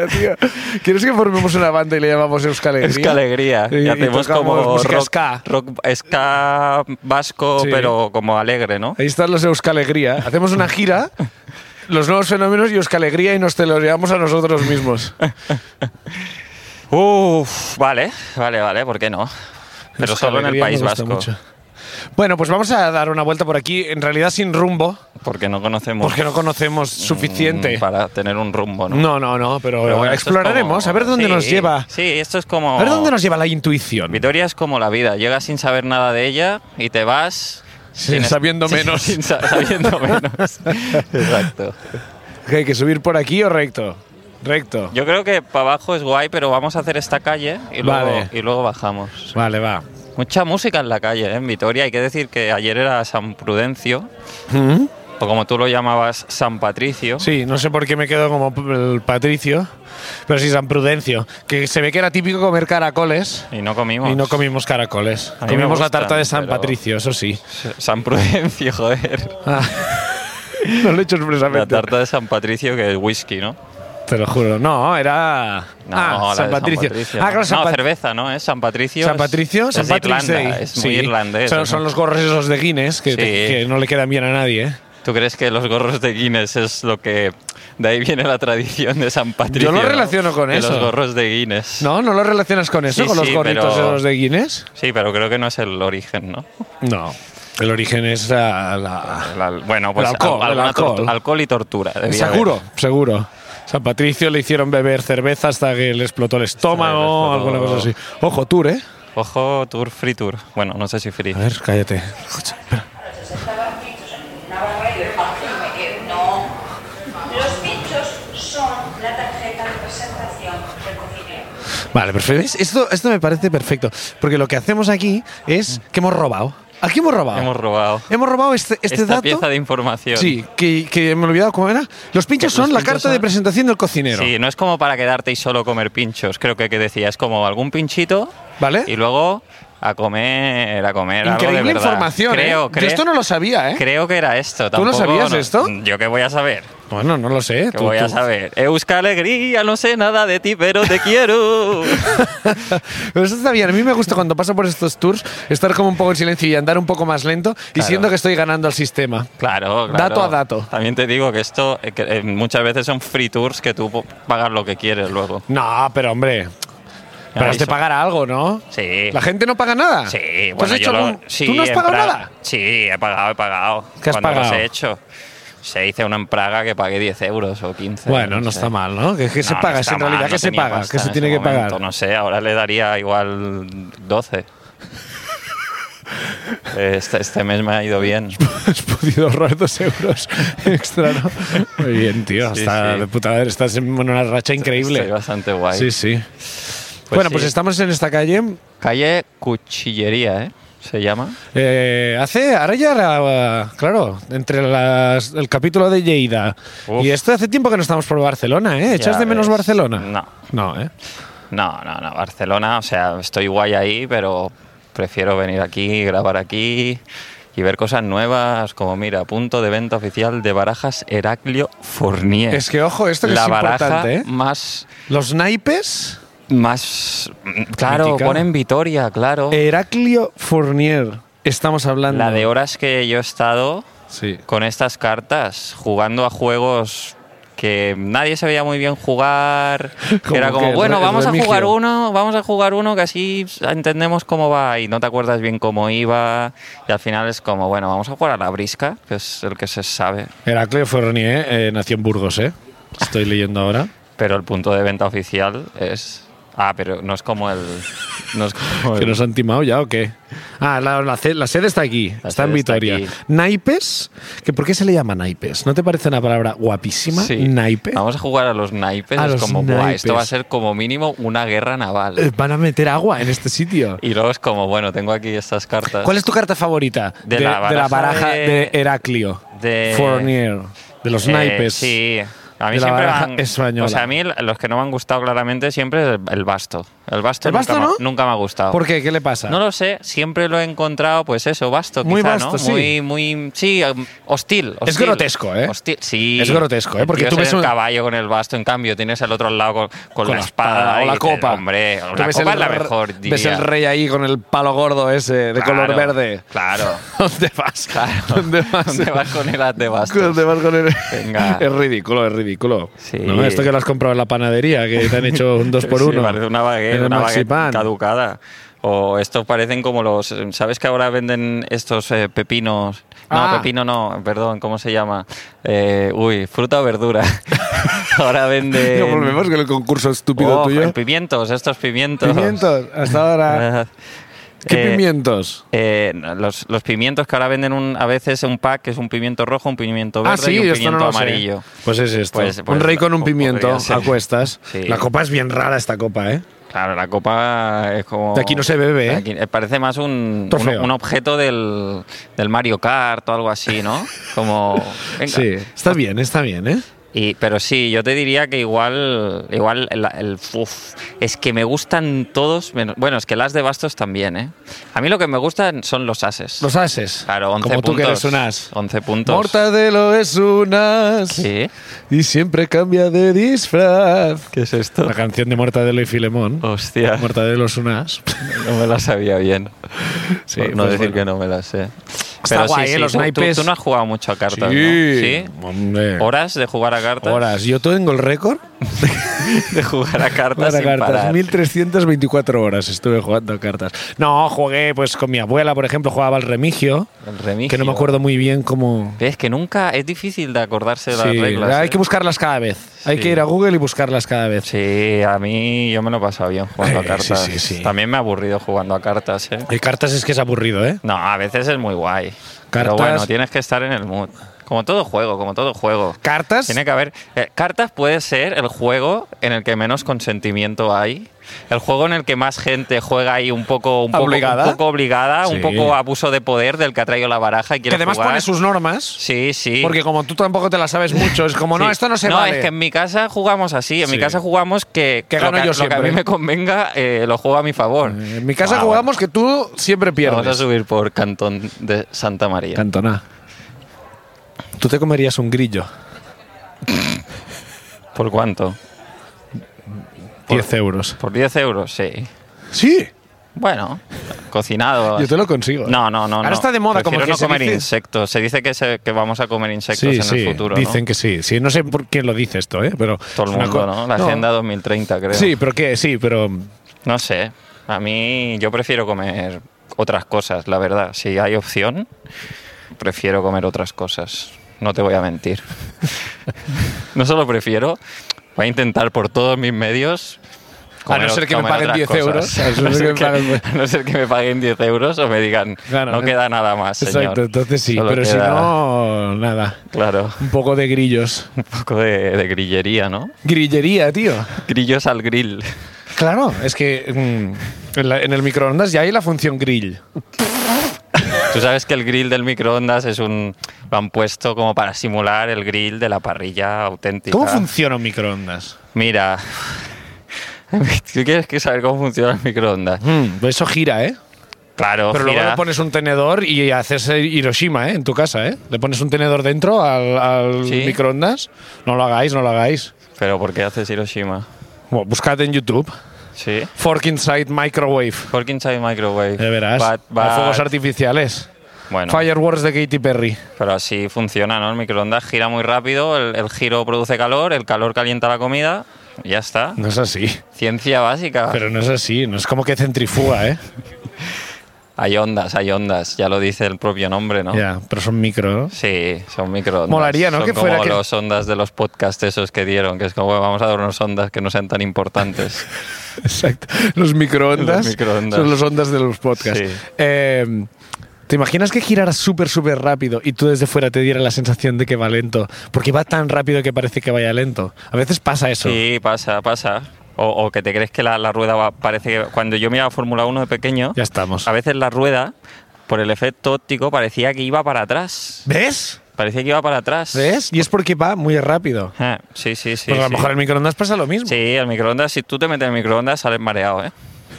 [SPEAKER 2] Euskalegría, tío. ¿Quieres que formemos una banda y le llamamos Euskalegría?
[SPEAKER 1] Euskalegría.
[SPEAKER 2] Y- y
[SPEAKER 1] Y hacemos
[SPEAKER 2] tocamos
[SPEAKER 1] como
[SPEAKER 2] música
[SPEAKER 1] rock,
[SPEAKER 2] ska.
[SPEAKER 1] rock ska vasco,
[SPEAKER 2] Sí.
[SPEAKER 1] pero como alegre, ¿no?
[SPEAKER 2] Ahí están los Euskalegría. Hacemos una gira, los nuevos fenómenos y Euskalegría y nos teloreamos a nosotros mismos.
[SPEAKER 1] Uf, vale, vale, vale, ¿por qué no? Pero solo en el
[SPEAKER 2] Euskalegría
[SPEAKER 1] País
[SPEAKER 2] me gusta
[SPEAKER 1] Vasco.
[SPEAKER 2] mucho. Bueno, pues vamos a dar una vuelta por aquí, en realidad sin rumbo,
[SPEAKER 1] Porque no conocemos.
[SPEAKER 2] porque no conocemos suficiente.
[SPEAKER 1] mm, Para tener un rumbo, ¿no?
[SPEAKER 2] No, no, no, pero,
[SPEAKER 1] Pero bueno, esto es
[SPEAKER 2] exploraremos,
[SPEAKER 1] como-
[SPEAKER 2] a ver dónde
[SPEAKER 1] sí,
[SPEAKER 2] nos lleva.
[SPEAKER 1] Sí, esto es como.
[SPEAKER 2] A ver dónde nos lleva la intuición.
[SPEAKER 1] Vitoria es como la vida, llegas sin saber nada de ella y te vas.
[SPEAKER 2] Sin- sabiendo
[SPEAKER 1] sin-
[SPEAKER 2] menos.
[SPEAKER 1] sin sa- sabiendo menos. Exacto.
[SPEAKER 2] ¿Qué ¿Hay que subir por aquí o recto? Recto.
[SPEAKER 1] Yo creo que para abajo es guay, pero vamos a hacer esta calle y luego,
[SPEAKER 2] Vale.
[SPEAKER 1] y luego bajamos.
[SPEAKER 2] Vale, va.
[SPEAKER 1] Mucha música en la calle, ¿eh? en Vitoria. Hay que decir que ayer era San Prudencio,
[SPEAKER 2] ¿Mm?
[SPEAKER 1] o como tú lo llamabas, San Patricio.
[SPEAKER 2] Sí, no sé por qué me quedo como p- el Patricio, pero sí San Prudencio, que se ve que era típico comer caracoles
[SPEAKER 1] Y no comimos.
[SPEAKER 2] y no comimos caracoles.
[SPEAKER 1] A mí me
[SPEAKER 2] Comimos la
[SPEAKER 1] gustan,
[SPEAKER 2] tarta de San
[SPEAKER 1] pero-
[SPEAKER 2] Patricio, eso sí.
[SPEAKER 1] San Prudencio, joder.
[SPEAKER 2] Ah, no lo he hecho
[SPEAKER 1] La
[SPEAKER 2] expresamente.
[SPEAKER 1] tarta de San Patricio, que es whisky, ¿no?
[SPEAKER 2] Te lo juro. No, era
[SPEAKER 1] No,
[SPEAKER 2] Ah,
[SPEAKER 1] la de
[SPEAKER 2] San, Patricio.
[SPEAKER 1] no,
[SPEAKER 2] Ah, claro, San,
[SPEAKER 1] No,
[SPEAKER 2] Pa-
[SPEAKER 1] cerveza, ¿no? Es San Patricio.
[SPEAKER 2] San
[SPEAKER 1] es-
[SPEAKER 2] Patricio,
[SPEAKER 1] es
[SPEAKER 2] San
[SPEAKER 1] de
[SPEAKER 2] Patrick's
[SPEAKER 1] Irlanda,
[SPEAKER 2] Day.
[SPEAKER 1] Es
[SPEAKER 2] Sí.
[SPEAKER 1] muy irlandés.
[SPEAKER 2] Son,
[SPEAKER 1] ¿no?
[SPEAKER 2] son los gorros esos de Guinness que, te-
[SPEAKER 1] Sí.
[SPEAKER 2] que no le quedan bien a nadie. ¿eh?
[SPEAKER 1] ¿Tú crees que los gorros de Guinness es lo que... De ahí viene la tradición de San Patricio.
[SPEAKER 2] Yo lo
[SPEAKER 1] ¿no?
[SPEAKER 2] relaciono con
[SPEAKER 1] De
[SPEAKER 2] eso.
[SPEAKER 1] los gorros de Guinness.
[SPEAKER 2] No, ¿no lo relacionas con eso,
[SPEAKER 1] Sí,
[SPEAKER 2] con los
[SPEAKER 1] sí,
[SPEAKER 2] gorritos
[SPEAKER 1] pero-
[SPEAKER 2] esos de Guinness?
[SPEAKER 1] Sí, pero creo que no es el origen, ¿no?
[SPEAKER 2] No. El origen es la- la,
[SPEAKER 1] El al- bueno, pues
[SPEAKER 2] El alcohol,
[SPEAKER 1] al-
[SPEAKER 2] el
[SPEAKER 1] alguna
[SPEAKER 2] alcohol.
[SPEAKER 1] tortu- alcohol y tortura. debía
[SPEAKER 2] Seguro,
[SPEAKER 1] haber.
[SPEAKER 2] seguro. San Patricio le hicieron beber cerveza hasta que le explotó el estómago,
[SPEAKER 1] le explotó.
[SPEAKER 2] alguna cosa así. Ojo, tour, ¿eh?
[SPEAKER 1] Ojo, tour, free tour. Bueno, no sé si free.
[SPEAKER 2] A ver, cállate.
[SPEAKER 3] estaban pinchos en una barra y yo me quedé, no. Los pinchos son la tarjeta de presentación del cocinero.
[SPEAKER 2] Vale, perfecto. Es- Esto, esto me parece perfecto, porque lo que hacemos aquí es que hemos robado. Aquí hemos robado.
[SPEAKER 1] Hemos robado.
[SPEAKER 2] Hemos robado este, este
[SPEAKER 1] Esta
[SPEAKER 2] dato.
[SPEAKER 1] pieza de información.
[SPEAKER 2] Sí, que, que me he olvidado cómo era. Los pinchos
[SPEAKER 1] Que los
[SPEAKER 2] son la
[SPEAKER 1] pinchos
[SPEAKER 2] carta de
[SPEAKER 1] son-
[SPEAKER 2] presentación del cocinero.
[SPEAKER 1] Sí, no es como para quedarte y solo comer pinchos. Creo que, que decía, es como algún pinchito
[SPEAKER 2] ¿Vale?
[SPEAKER 1] y luego a comer, a comer. algo de
[SPEAKER 2] Increíble
[SPEAKER 1] verdad.
[SPEAKER 2] información, ¿eh?
[SPEAKER 1] Creo,
[SPEAKER 2] Yo
[SPEAKER 1] creo-
[SPEAKER 2] esto no lo sabía, ¿eh?
[SPEAKER 1] Creo que era esto.
[SPEAKER 2] ¿Tú no
[SPEAKER 1] tampoco-
[SPEAKER 2] sabías esto?
[SPEAKER 1] Yo qué voy a saber.
[SPEAKER 2] Bueno, no lo sé.
[SPEAKER 1] ¿Qué
[SPEAKER 2] tú-
[SPEAKER 1] voy a
[SPEAKER 2] tú-
[SPEAKER 1] saber? Euska Alegría, no sé nada de ti, pero te quiero.
[SPEAKER 2] Pero eso está bien. A mí me gusta cuando paso por estos tours estar como un poco en silencio y andar un poco más lento y
[SPEAKER 1] Claro.
[SPEAKER 2] siento que estoy ganando al sistema.
[SPEAKER 1] Claro, claro.
[SPEAKER 2] Dato a dato.
[SPEAKER 1] También te digo que esto eh, que, eh, muchas veces son free tours que tú po- pagas lo que quieres luego.
[SPEAKER 2] No, pero hombre. Pero has de
[SPEAKER 1] eso.
[SPEAKER 2] pagar algo, ¿no?
[SPEAKER 1] Sí.
[SPEAKER 2] ¿La gente no paga nada?
[SPEAKER 1] Sí,
[SPEAKER 2] ¿Tú has
[SPEAKER 1] bueno,
[SPEAKER 2] hecho
[SPEAKER 1] yo lo-
[SPEAKER 2] algún-
[SPEAKER 1] sí,
[SPEAKER 2] ¿Tú no has
[SPEAKER 1] en
[SPEAKER 2] pagado
[SPEAKER 1] Praga-
[SPEAKER 2] nada?
[SPEAKER 1] Sí, he pagado, he pagado.
[SPEAKER 2] ¿Qué has
[SPEAKER 1] Cuando los
[SPEAKER 2] pagado?
[SPEAKER 1] he hecho? Se hice una en Praga que pagué 10 euros o 15.
[SPEAKER 2] Bueno, no
[SPEAKER 1] sé.
[SPEAKER 2] está mal, ¿no? Que, que se
[SPEAKER 1] No, no
[SPEAKER 2] paga,
[SPEAKER 1] está
[SPEAKER 2] en realidad,
[SPEAKER 1] mal,
[SPEAKER 2] que
[SPEAKER 1] no
[SPEAKER 2] se
[SPEAKER 1] tenía
[SPEAKER 2] paga,
[SPEAKER 1] pasta
[SPEAKER 2] que se
[SPEAKER 1] en
[SPEAKER 2] tiene
[SPEAKER 1] ese
[SPEAKER 2] que pagar.
[SPEAKER 1] momento, No sé, ahora le daría igual 12. Este, este mes me ha ido bien.
[SPEAKER 2] Has podido ahorrar dos euros extra, ¿no? Muy bien, tío.
[SPEAKER 1] Sí,
[SPEAKER 2] está
[SPEAKER 1] sí.
[SPEAKER 2] de puta madre. Estás en una racha increíble.
[SPEAKER 1] Estoy bastante guay.
[SPEAKER 2] Sí, sí. bueno,
[SPEAKER 1] sí.
[SPEAKER 2] pues estamos en esta calle.
[SPEAKER 1] Calle Cuchillería, ¿eh? Se llama.
[SPEAKER 2] Eh, hace, ahora ya era, uh, claro, entre las- el capítulo de Lleida
[SPEAKER 1] Uf.
[SPEAKER 2] y esto hace tiempo que no estamos por Barcelona, ¿eh? ¿Echas
[SPEAKER 1] Ya
[SPEAKER 2] de menos
[SPEAKER 1] ves.
[SPEAKER 2] Barcelona?
[SPEAKER 1] No.
[SPEAKER 2] No, ¿eh?
[SPEAKER 1] No, no, no. Barcelona, o sea, estoy guay ahí, pero prefiero venir aquí, grabar aquí y ver cosas nuevas. Como mira, punto de venta oficial de barajas Heraclio Fournier.
[SPEAKER 2] Es que, ojo, esto que
[SPEAKER 1] la
[SPEAKER 2] es
[SPEAKER 1] baraja
[SPEAKER 2] importante, ¿eh?
[SPEAKER 1] más,
[SPEAKER 2] Los naipes,
[SPEAKER 1] más, mm, claro,
[SPEAKER 2] Mítica. Eh,
[SPEAKER 1] ponen Vitoria, claro.
[SPEAKER 2] Heraclio Fournier, estamos hablando.
[SPEAKER 1] la de horas que yo he estado
[SPEAKER 2] Sí.
[SPEAKER 1] con estas cartas, jugando a juegos que nadie se veía muy bien jugar.
[SPEAKER 2] Como
[SPEAKER 1] Era
[SPEAKER 2] que
[SPEAKER 1] como,
[SPEAKER 2] el
[SPEAKER 1] bueno,
[SPEAKER 2] re- el
[SPEAKER 1] vamos a
[SPEAKER 2] remigio.
[SPEAKER 1] jugar uno, vamos a jugar uno que así entendemos cómo va y no te acuerdas bien cómo iba. Y al final es como, bueno, vamos a jugar a la brisca, que es el que se sabe.
[SPEAKER 2] Heraclio Fournier eh, nació en Burgos, ¿eh? Estoy leyendo ahora.
[SPEAKER 1] Pero el punto de venta oficial es... Ah, pero no es como el... No es como
[SPEAKER 2] ¿Que
[SPEAKER 1] el-
[SPEAKER 2] nos han timado ya o qué? Ah, la, la ce- la sede está aquí,
[SPEAKER 1] La
[SPEAKER 2] está en
[SPEAKER 1] sede está
[SPEAKER 2] Vitoria.
[SPEAKER 1] aquí.
[SPEAKER 2] Naipes, que ¿por qué se le llama naipes? ¿No te parece una palabra guapísima?
[SPEAKER 1] Sí.
[SPEAKER 2] Naipe.
[SPEAKER 1] Vamos a jugar a los naipes.
[SPEAKER 2] A
[SPEAKER 1] es
[SPEAKER 2] los
[SPEAKER 1] como, "Buah, esto
[SPEAKER 2] naipes.
[SPEAKER 1] va a ser como mínimo una guerra naval.
[SPEAKER 2] Eh, Van a meter agua en este sitio.
[SPEAKER 1] Y luego es como, bueno, tengo aquí estas cartas.
[SPEAKER 2] ¿Cuál es tu carta favorita
[SPEAKER 1] De la baraja
[SPEAKER 2] baraja de,
[SPEAKER 1] de-
[SPEAKER 2] Heraclio?
[SPEAKER 1] de-
[SPEAKER 2] Fournier. De los
[SPEAKER 1] Eh,
[SPEAKER 2] naipes.
[SPEAKER 1] Sí. A mí
[SPEAKER 2] de la
[SPEAKER 1] siempre
[SPEAKER 2] baraja
[SPEAKER 1] van-
[SPEAKER 2] española.
[SPEAKER 1] O sea, a mí los que no me han gustado claramente siempre es el, el basto. El basto,
[SPEAKER 2] ¿El
[SPEAKER 1] nunca,
[SPEAKER 2] basto
[SPEAKER 1] me,
[SPEAKER 2] no?
[SPEAKER 1] nunca me ha gustado.
[SPEAKER 2] ¿Por qué? ¿Qué le pasa?
[SPEAKER 1] No lo sé, siempre lo he encontrado, pues eso, basto,
[SPEAKER 2] Muy
[SPEAKER 1] quizá,
[SPEAKER 2] basto,
[SPEAKER 1] ¿no?
[SPEAKER 2] sí.
[SPEAKER 1] Muy, muy, sí, um, hostil,
[SPEAKER 2] Es
[SPEAKER 1] hostil.
[SPEAKER 2] grotesco, ¿eh?
[SPEAKER 1] Hostil, sí.
[SPEAKER 2] Es grotesco, ¿eh?
[SPEAKER 1] El
[SPEAKER 2] Porque
[SPEAKER 1] tío
[SPEAKER 2] tú
[SPEAKER 1] es
[SPEAKER 2] ves
[SPEAKER 1] el
[SPEAKER 2] un-
[SPEAKER 1] caballo con el basto, en cambio tienes al otro lado con, con la espada,
[SPEAKER 2] o
[SPEAKER 1] y
[SPEAKER 2] la
[SPEAKER 1] te-
[SPEAKER 2] copa.
[SPEAKER 1] hombre,
[SPEAKER 2] Tú
[SPEAKER 1] la
[SPEAKER 2] ves
[SPEAKER 1] copa
[SPEAKER 2] el
[SPEAKER 1] es la
[SPEAKER 2] re-
[SPEAKER 1] mejor,
[SPEAKER 2] Ves
[SPEAKER 1] diría.
[SPEAKER 2] el rey ahí con el palo gordo ese de color
[SPEAKER 1] Claro,
[SPEAKER 2] verde.
[SPEAKER 1] Claro,
[SPEAKER 2] ¿Dónde vas?
[SPEAKER 1] claro.
[SPEAKER 2] ¿Dónde vas?
[SPEAKER 1] ¿Dónde vas con el haz de basto?
[SPEAKER 2] ¿Dónde vas con el-
[SPEAKER 1] Venga.
[SPEAKER 2] Es ridículo, es ridículo.
[SPEAKER 1] Sí.
[SPEAKER 2] ¿No? Esto que lo has comprado en la panadería, que te han hecho un 2 por
[SPEAKER 1] Sí,
[SPEAKER 2] 1
[SPEAKER 1] parece una baguette, una baguette caducada. O estos parecen como los... ¿Sabes que ahora venden estos eh, pepinos? No,
[SPEAKER 2] Ah.
[SPEAKER 1] pepino no, perdón, ¿cómo se llama? Eh, uy, fruta o verdura. ahora venden...
[SPEAKER 2] Tío, volvemos con el concurso estúpido
[SPEAKER 1] Oh,
[SPEAKER 2] tuyo.
[SPEAKER 1] Pimientos, estos pimientos.
[SPEAKER 2] Pimientos, hasta ahora.
[SPEAKER 1] Ah.
[SPEAKER 2] ¿Qué
[SPEAKER 1] Eh,
[SPEAKER 2] pimientos?
[SPEAKER 1] eh, los, los pimientos que ahora venden un- a veces un pack, que es un pimiento rojo, un pimiento verde
[SPEAKER 2] Ah, sí,
[SPEAKER 1] y un
[SPEAKER 2] esto
[SPEAKER 1] pimiento
[SPEAKER 2] no lo sé.
[SPEAKER 1] amarillo.
[SPEAKER 2] Pues es esto.
[SPEAKER 1] Pues- pues
[SPEAKER 2] un rey con un
[SPEAKER 1] po-
[SPEAKER 2] pimiento
[SPEAKER 1] podría ser.
[SPEAKER 2] a cuestas.
[SPEAKER 1] Sí.
[SPEAKER 2] La copa es bien rara esta copa, ¿eh?
[SPEAKER 1] Claro, la copa es como...
[SPEAKER 2] De aquí no se bebe, ¿eh?
[SPEAKER 1] Aquí- eh, parece más un,
[SPEAKER 2] Trofeo.
[SPEAKER 1] un- un objeto del, del Mario Kart o algo así, ¿no? Como... venga.
[SPEAKER 2] Sí, está bien, está bien, ¿eh?
[SPEAKER 1] Y- pero sí, yo te diría que igual, igual el, el- uf, es que me gustan todos, menos- bueno, es que las de bastos también, ¿eh? A mí lo que me gustan son los ases.
[SPEAKER 2] Los ases.
[SPEAKER 1] Claro, 11
[SPEAKER 2] Como tú que
[SPEAKER 1] puntos.
[SPEAKER 2] eres un as.
[SPEAKER 1] 11 puntos.
[SPEAKER 2] Mortadelo es un as.
[SPEAKER 1] Sí.
[SPEAKER 2] Y siempre cambia de disfraz.
[SPEAKER 1] ¿Qué es esto?
[SPEAKER 2] La canción de Mortadelo y Filemón.
[SPEAKER 1] Hostia,
[SPEAKER 2] Mortadelo es un as.
[SPEAKER 1] no me la sabía bien.
[SPEAKER 2] Sí,
[SPEAKER 1] Por no
[SPEAKER 2] pues
[SPEAKER 1] decir
[SPEAKER 2] bueno.
[SPEAKER 1] que no me la sé.
[SPEAKER 2] Está guay, ¿eh? Los
[SPEAKER 1] tú- tú-
[SPEAKER 2] naipes.
[SPEAKER 1] Tú, no has jugado mucho a cartas, ¿no?
[SPEAKER 2] hombre.
[SPEAKER 1] ¿Sí? ¿Horas de jugar a cartas?
[SPEAKER 2] Horas. Yo tengo el récord
[SPEAKER 1] De jugar a cartas
[SPEAKER 2] para
[SPEAKER 1] sin
[SPEAKER 2] cartas.
[SPEAKER 1] parar.
[SPEAKER 2] 1324 horas estuve jugando a cartas. No, jugué pues con mi abuela, por ejemplo, jugaba al remigio,
[SPEAKER 1] El remigio.
[SPEAKER 2] que no me acuerdo muy bien cómo.
[SPEAKER 1] Es que nunca es difícil de acordarse de las
[SPEAKER 2] Sí,
[SPEAKER 1] reglas.
[SPEAKER 2] hay
[SPEAKER 1] ¿eh?
[SPEAKER 2] que buscarlas cada vez. Hay
[SPEAKER 1] Sí.
[SPEAKER 2] que ir a Google y buscarlas cada vez.
[SPEAKER 1] Sí, a mí yo me lo he pasado bien jugando a
[SPEAKER 2] Eh,
[SPEAKER 1] cartas.
[SPEAKER 2] sí, sí, sí.
[SPEAKER 1] También me ha aburrido jugando a cartas, ¿eh?
[SPEAKER 2] Y cartas es que es aburrido, ¿eh?
[SPEAKER 1] No, a veces es muy guay. Pero
[SPEAKER 2] Cartas.
[SPEAKER 1] bueno, tienes que estar en el mood. Como todo juego, como todo juego.
[SPEAKER 2] Cartas.
[SPEAKER 1] Tiene que haber. eh, cartas puede ser el juego en el que menos consentimiento hay. El juego en el que más gente juega ahí un poco, un poco
[SPEAKER 2] ¿Obligada?
[SPEAKER 1] un poco obligada,
[SPEAKER 2] Sí.
[SPEAKER 1] un poco abuso de poder del que ha traído la baraja y
[SPEAKER 2] que
[SPEAKER 1] quiere
[SPEAKER 2] además
[SPEAKER 1] jugar.
[SPEAKER 2] pone sus normas.
[SPEAKER 1] Sí, sí.
[SPEAKER 2] Porque como tú tampoco te las sabes mucho, es como, no,
[SPEAKER 1] Sí.
[SPEAKER 2] esto no se
[SPEAKER 1] No,
[SPEAKER 2] vale.
[SPEAKER 1] es que en mi casa jugamos así. En mi
[SPEAKER 2] Sí.
[SPEAKER 1] casa jugamos que,
[SPEAKER 2] Que
[SPEAKER 1] lo
[SPEAKER 2] gano
[SPEAKER 1] que-
[SPEAKER 2] yo
[SPEAKER 1] lo que a
[SPEAKER 2] siempre. Eh,
[SPEAKER 1] mí me convenga eh, lo juego a mi favor.
[SPEAKER 2] En mi casa
[SPEAKER 1] Ah,
[SPEAKER 2] jugamos que tú siempre
[SPEAKER 1] bueno. Vamos a
[SPEAKER 2] pierdes.
[SPEAKER 1] subir por Cantón de Santa María.
[SPEAKER 2] Cantona. Tú te comerías un grillo.
[SPEAKER 1] ¿Por cuánto?
[SPEAKER 2] 10 euros.
[SPEAKER 1] Por 10 euros, sí.
[SPEAKER 2] Sí.
[SPEAKER 1] Bueno, cocinado.
[SPEAKER 2] Yo te lo consigo. ¿eh?
[SPEAKER 1] No, no, no.
[SPEAKER 2] Ahora
[SPEAKER 1] no.
[SPEAKER 2] está de moda como
[SPEAKER 1] Prefiero
[SPEAKER 2] que
[SPEAKER 1] no
[SPEAKER 2] se
[SPEAKER 1] comer
[SPEAKER 2] dice-
[SPEAKER 1] insectos. Se dice que, se- que vamos a comer insectos en el futuro.
[SPEAKER 2] Dicen
[SPEAKER 1] ¿no?
[SPEAKER 2] que sí. sí. No sé por quién lo dice esto, ¿eh? Pero
[SPEAKER 1] Todo el
[SPEAKER 2] es una
[SPEAKER 1] mundo,
[SPEAKER 2] co-
[SPEAKER 1] ¿no? La Agenda 2030, creo.
[SPEAKER 2] Sí, pero qué, sí, pero
[SPEAKER 1] No sé. A mí, yo prefiero comer otras cosas, la verdad. Si hay opción, prefiero comer otras cosas. No te voy a mentir. no solo prefiero, voy a intentar por todos mis medios.
[SPEAKER 2] A no ser que me
[SPEAKER 1] comer
[SPEAKER 2] paguen
[SPEAKER 1] otras
[SPEAKER 2] 10
[SPEAKER 1] cosas.
[SPEAKER 2] euros.
[SPEAKER 1] A no, ser que, a no ser que me paguen 10 euros o me digan,
[SPEAKER 2] Claro,
[SPEAKER 1] no
[SPEAKER 2] eh.
[SPEAKER 1] queda nada más. Señor.
[SPEAKER 2] exacto, entonces sí,
[SPEAKER 1] Solo
[SPEAKER 2] pero si
[SPEAKER 1] queda,
[SPEAKER 2] no nada.
[SPEAKER 1] Claro,
[SPEAKER 2] Un poco de grillos.
[SPEAKER 1] un poco de, de grillería, ¿no?
[SPEAKER 2] Grillería, tío.
[SPEAKER 1] Grillos al grill.
[SPEAKER 2] Claro, es que mm, en, la- en el microondas ya hay la función grill.
[SPEAKER 1] Tú sabes que el grill del microondas es un. Lo han puesto como para simular el grill de la parrilla auténtica.
[SPEAKER 2] ¿Cómo funciona un microondas?
[SPEAKER 1] Mira. ¿Tú quieres que saber cómo funciona el microondas?
[SPEAKER 2] Mm, pues eso gira, ¿eh?
[SPEAKER 1] Claro,
[SPEAKER 2] Pero luego
[SPEAKER 1] gira.
[SPEAKER 2] le pones un tenedor y haces Hiroshima, ¿eh? En tu casa, ¿eh? Le pones un tenedor dentro al, al
[SPEAKER 1] Sí.
[SPEAKER 2] microondas. No lo hagáis, no lo hagáis.
[SPEAKER 1] Pero ¿por qué haces Hiroshima?
[SPEAKER 2] Bueno, buscad en YouTube.
[SPEAKER 1] Sí.
[SPEAKER 2] Fork inside microwave.
[SPEAKER 1] Fork inside microwave.
[SPEAKER 2] Ya verás.
[SPEAKER 1] But- but-
[SPEAKER 2] A fuegos artificiales.
[SPEAKER 1] bueno,
[SPEAKER 2] Fireworks de Katy Perry.
[SPEAKER 1] pero así funciona, ¿no? El microondas gira muy rápido, el, el giro produce calor, el calor calienta la comida, y ya está.
[SPEAKER 2] No es así.
[SPEAKER 1] Ciencia básica.
[SPEAKER 2] Pero no es así. No es como que centrifuga, ¿eh?
[SPEAKER 1] Hay ondas, hay ondas, ya lo dice el propio nombre, ¿no?
[SPEAKER 2] Ya, pero son micro. ¿no?
[SPEAKER 1] Sí, son microondas.
[SPEAKER 2] Molaría, ¿no?
[SPEAKER 1] Son
[SPEAKER 2] que
[SPEAKER 1] como
[SPEAKER 2] fuera que-
[SPEAKER 1] los ondas de los podcasts esos que dieron, que es como vamos a dar unos ondas que no sean tan importantes.
[SPEAKER 2] Exacto. Los microondas,
[SPEAKER 1] Los microondas.
[SPEAKER 2] son los ondas de los podcasts.
[SPEAKER 1] Sí.
[SPEAKER 2] Eh, ¿Te imaginas que girara súper, súper rápido y tú desde fuera te diera la sensación de que va lento? Porque va tan rápido que parece que vaya lento. A veces pasa eso.
[SPEAKER 1] sí, pasa, pasa. O, o que te crees que la, la rueda va, parece que cuando yo miraba Fórmula 1 de pequeño,
[SPEAKER 2] Ya estamos.
[SPEAKER 1] a veces la rueda, por el efecto óptico, parecía que iba para atrás.
[SPEAKER 2] ¿Ves?
[SPEAKER 1] Parecía que iba para atrás.
[SPEAKER 2] ¿Ves? Y es porque va muy rápido.
[SPEAKER 1] Ah, Sí, sí, sí.
[SPEAKER 2] Pues a lo
[SPEAKER 1] sí.
[SPEAKER 2] mejor el microondas pasa lo mismo.
[SPEAKER 1] Sí, el microondas, si tú te metes en el microondas, sales mareado, ¿eh?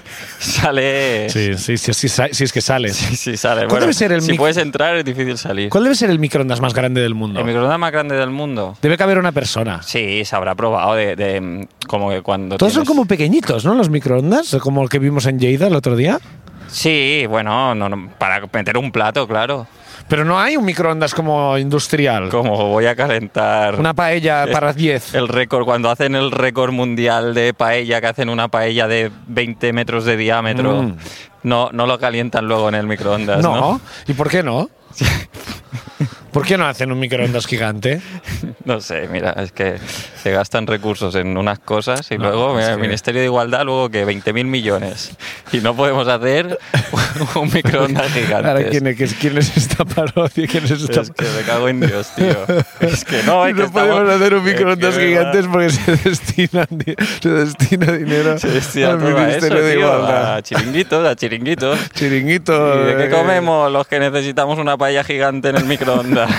[SPEAKER 1] Sale...
[SPEAKER 2] sí, sí, sí, sí, sa- si es que sales.
[SPEAKER 1] Sí, sí, sale.
[SPEAKER 2] ¿Cuál
[SPEAKER 1] Bueno,
[SPEAKER 2] debe ser el
[SPEAKER 1] si
[SPEAKER 2] mic-
[SPEAKER 1] puedes entrar es difícil salir.
[SPEAKER 2] ¿Cuál debe ser el microondas más grande del mundo?
[SPEAKER 1] ¿El microondas más grande del mundo?
[SPEAKER 2] Debe caber una persona.
[SPEAKER 1] Sí, se habrá probado de, de, mm, como que cuando
[SPEAKER 2] Todos son
[SPEAKER 1] tienes-
[SPEAKER 2] como pequeñitos, ¿no? Los microondas, como el que vimos en Lleida el otro día.
[SPEAKER 1] Sí, bueno, no, no, para meter un plato, claro.
[SPEAKER 2] Pero no hay un microondas como industrial.
[SPEAKER 1] Como voy a calentar
[SPEAKER 2] Una paella para 10.
[SPEAKER 1] eh, el récord, cuando hacen el récord mundial de paella, que hacen una paella de 20 metros de diámetro,
[SPEAKER 2] Mm.
[SPEAKER 1] no, no lo calientan luego en el microondas,
[SPEAKER 2] No.
[SPEAKER 1] ¿no?
[SPEAKER 2] ¿Y por qué no? ¿Por qué no hacen un microondas gigante?
[SPEAKER 1] No sé, mira, es que se gastan recursos en unas cosas y
[SPEAKER 2] No,
[SPEAKER 1] luego
[SPEAKER 2] es
[SPEAKER 1] mira,
[SPEAKER 2] que-
[SPEAKER 1] el Ministerio de Igualdad, luego que 20.000 millones. Y no podemos hacer un microondas gigante.
[SPEAKER 2] Ahora, ¿quién, es- quién es esta parodia? ¿Quién es esta
[SPEAKER 1] Es que me cago en Dios, tío. Es que no, es que
[SPEAKER 2] no podemos
[SPEAKER 1] estamos-
[SPEAKER 2] hacer un
[SPEAKER 1] es que
[SPEAKER 2] microondas
[SPEAKER 1] de verdad,
[SPEAKER 2] gigantes porque se destina, di- se destina dinero
[SPEAKER 1] Se destina
[SPEAKER 2] al
[SPEAKER 1] todo a
[SPEAKER 2] Ministerio
[SPEAKER 1] eso,
[SPEAKER 2] de
[SPEAKER 1] tío,
[SPEAKER 2] Igualdad.
[SPEAKER 1] A chiringuitos, a chiringuitos.
[SPEAKER 2] Chiringuito.
[SPEAKER 1] ¿Y de
[SPEAKER 2] eh,
[SPEAKER 1] qué comemos los que necesitamos una paella gigante en el microondas?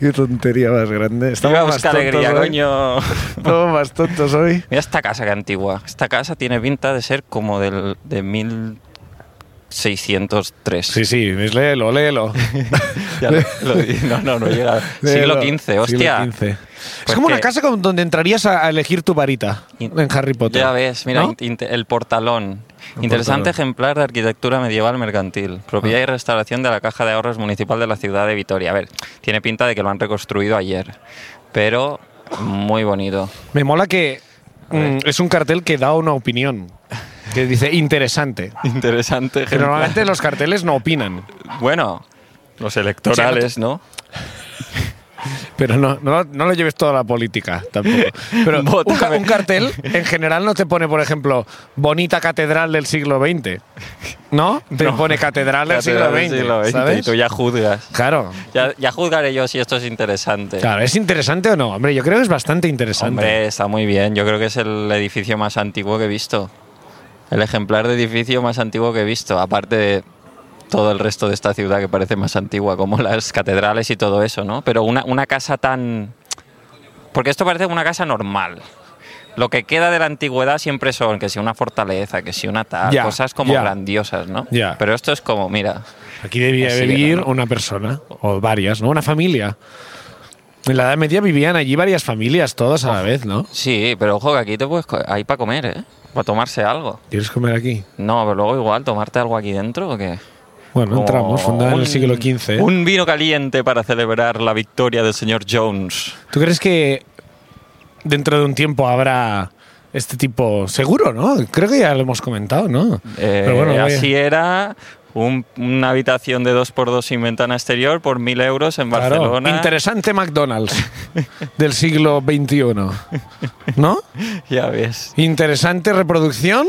[SPEAKER 2] Qué tontería más grande. Estamos
[SPEAKER 1] Vamos,
[SPEAKER 2] más
[SPEAKER 1] qué
[SPEAKER 2] tontos
[SPEAKER 1] alegría,
[SPEAKER 2] hoy.
[SPEAKER 1] coño. Pues
[SPEAKER 2] Estamos más tontos hoy.
[SPEAKER 1] Mira esta casa que antigua. Esta casa tiene pinta de ser como del, de 1603.
[SPEAKER 2] Sí, sí, es léelo, léelo.
[SPEAKER 1] Ya lo- lo di- no, no, no llega.
[SPEAKER 2] Léelo.
[SPEAKER 1] Siglo XV, hostia. Pues
[SPEAKER 2] Siglo XV. es como una
[SPEAKER 1] que-
[SPEAKER 2] casa con- donde entrarías a a elegir tu varita
[SPEAKER 1] In-
[SPEAKER 2] en Harry Potter.
[SPEAKER 1] Ya ves, mira,
[SPEAKER 2] ¿No?
[SPEAKER 1] int- int- el portalón. Interesante
[SPEAKER 2] portalón.
[SPEAKER 1] ejemplar de arquitectura medieval mercantil. Propiedad y restauración de la Caja de Ahorros Municipal de la ciudad de Vitoria. A ver, tiene pinta de que lo han reconstruido ayer. Pero muy bonito.
[SPEAKER 2] Me mola que mm, es un cartel que da una opinión. Que dice interesante.
[SPEAKER 1] Interesante
[SPEAKER 2] Que
[SPEAKER 1] ejemplar.
[SPEAKER 2] normalmente los carteles no opinan.
[SPEAKER 1] Bueno, los electorales, ¿no?
[SPEAKER 2] Pero no, no, no lo lleves toda la política tampoco. Pero un,
[SPEAKER 1] Vótame.
[SPEAKER 2] ca- un cartel en general no te pone, por ejemplo, bonita catedral del siglo XX. ¿No? Te pone catedral del siglo
[SPEAKER 1] Catedral del
[SPEAKER 2] XX.
[SPEAKER 1] siglo XX,
[SPEAKER 2] ¿sabes?
[SPEAKER 1] Y tú ya juzgas.
[SPEAKER 2] Claro.
[SPEAKER 1] Ya, ya juzgaré yo si esto es interesante.
[SPEAKER 2] Claro, ¿es interesante o no? Hombre, yo creo que es bastante interesante.
[SPEAKER 1] Hombre, está muy bien. Yo creo que es el edificio más antiguo que he visto. El ejemplar de edificio más antiguo que he visto. Aparte de todo el resto de esta ciudad que parece más antigua, como las catedrales y todo eso, ¿no? Pero una, una casa tan... Porque esto parece una casa normal. Lo que queda de la antigüedad siempre son que si una fortaleza, que si una tal,
[SPEAKER 2] Ya,
[SPEAKER 1] cosas como
[SPEAKER 2] ya.
[SPEAKER 1] grandiosas, ¿no?
[SPEAKER 2] Ya
[SPEAKER 1] Pero esto es como, mira,
[SPEAKER 2] Aquí debía
[SPEAKER 1] Así era,
[SPEAKER 2] vivir
[SPEAKER 1] ¿no?
[SPEAKER 2] una persona, o varias, ¿no? Una familia. En la Edad Media vivían allí varias familias, todas a la vez, ¿no?
[SPEAKER 1] sí, pero ojo que aquí te puedes... co- Ahí para comer, ¿eh? Para tomarse algo.
[SPEAKER 2] ¿Quieres comer aquí?
[SPEAKER 1] No, pero luego igual, tomarte algo aquí dentro o qué?
[SPEAKER 2] Bueno, entramos,
[SPEAKER 1] Como
[SPEAKER 2] fundada en el
[SPEAKER 1] un-
[SPEAKER 2] siglo XV. ¿eh?
[SPEAKER 1] Un vino caliente para celebrar la victoria del señor Jones.
[SPEAKER 2] ¿Tú crees que dentro de un tiempo habrá este tipo? Seguro, ¿no? Creo que ya lo hemos comentado, ¿no?
[SPEAKER 1] Eh,
[SPEAKER 2] Pero bueno, voy a-
[SPEAKER 1] así era. un- una habitación de 2x2 sin ventana exterior por 1000 euros en
[SPEAKER 2] claro.
[SPEAKER 1] Barcelona.
[SPEAKER 2] Interesante McDonald's del siglo XXI, ¿no?
[SPEAKER 1] Ya ves.
[SPEAKER 2] Interesante reproducción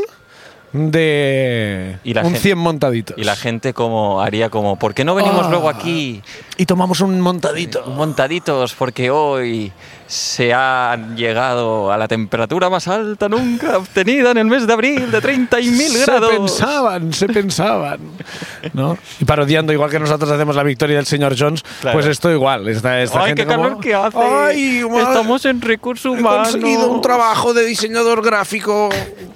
[SPEAKER 2] de
[SPEAKER 1] Y la
[SPEAKER 2] un
[SPEAKER 1] gen-
[SPEAKER 2] 100 montaditos.
[SPEAKER 1] Y la gente como haría como, ¿por qué no venimos
[SPEAKER 2] Ah.
[SPEAKER 1] luego aquí
[SPEAKER 2] Y tomamos un montadito.
[SPEAKER 1] montaditos? Porque hoy se han llegado a la temperatura más alta nunca obtenida en el mes de abril de 31.000
[SPEAKER 2] Se
[SPEAKER 1] grados.
[SPEAKER 2] pensaban, se pensaban. ¿no? Y parodiando, igual que nosotros hacemos la victoria del señor Jones,
[SPEAKER 1] Claro.
[SPEAKER 2] pues esto igual. Esta, esta
[SPEAKER 1] ¡Ay,
[SPEAKER 2] gente
[SPEAKER 1] qué calor
[SPEAKER 2] como,
[SPEAKER 1] que hace!
[SPEAKER 2] "Ay, madre,
[SPEAKER 1] Estamos en recursos
[SPEAKER 2] He
[SPEAKER 1] humanos.
[SPEAKER 2] conseguido un trabajo de diseñador gráfico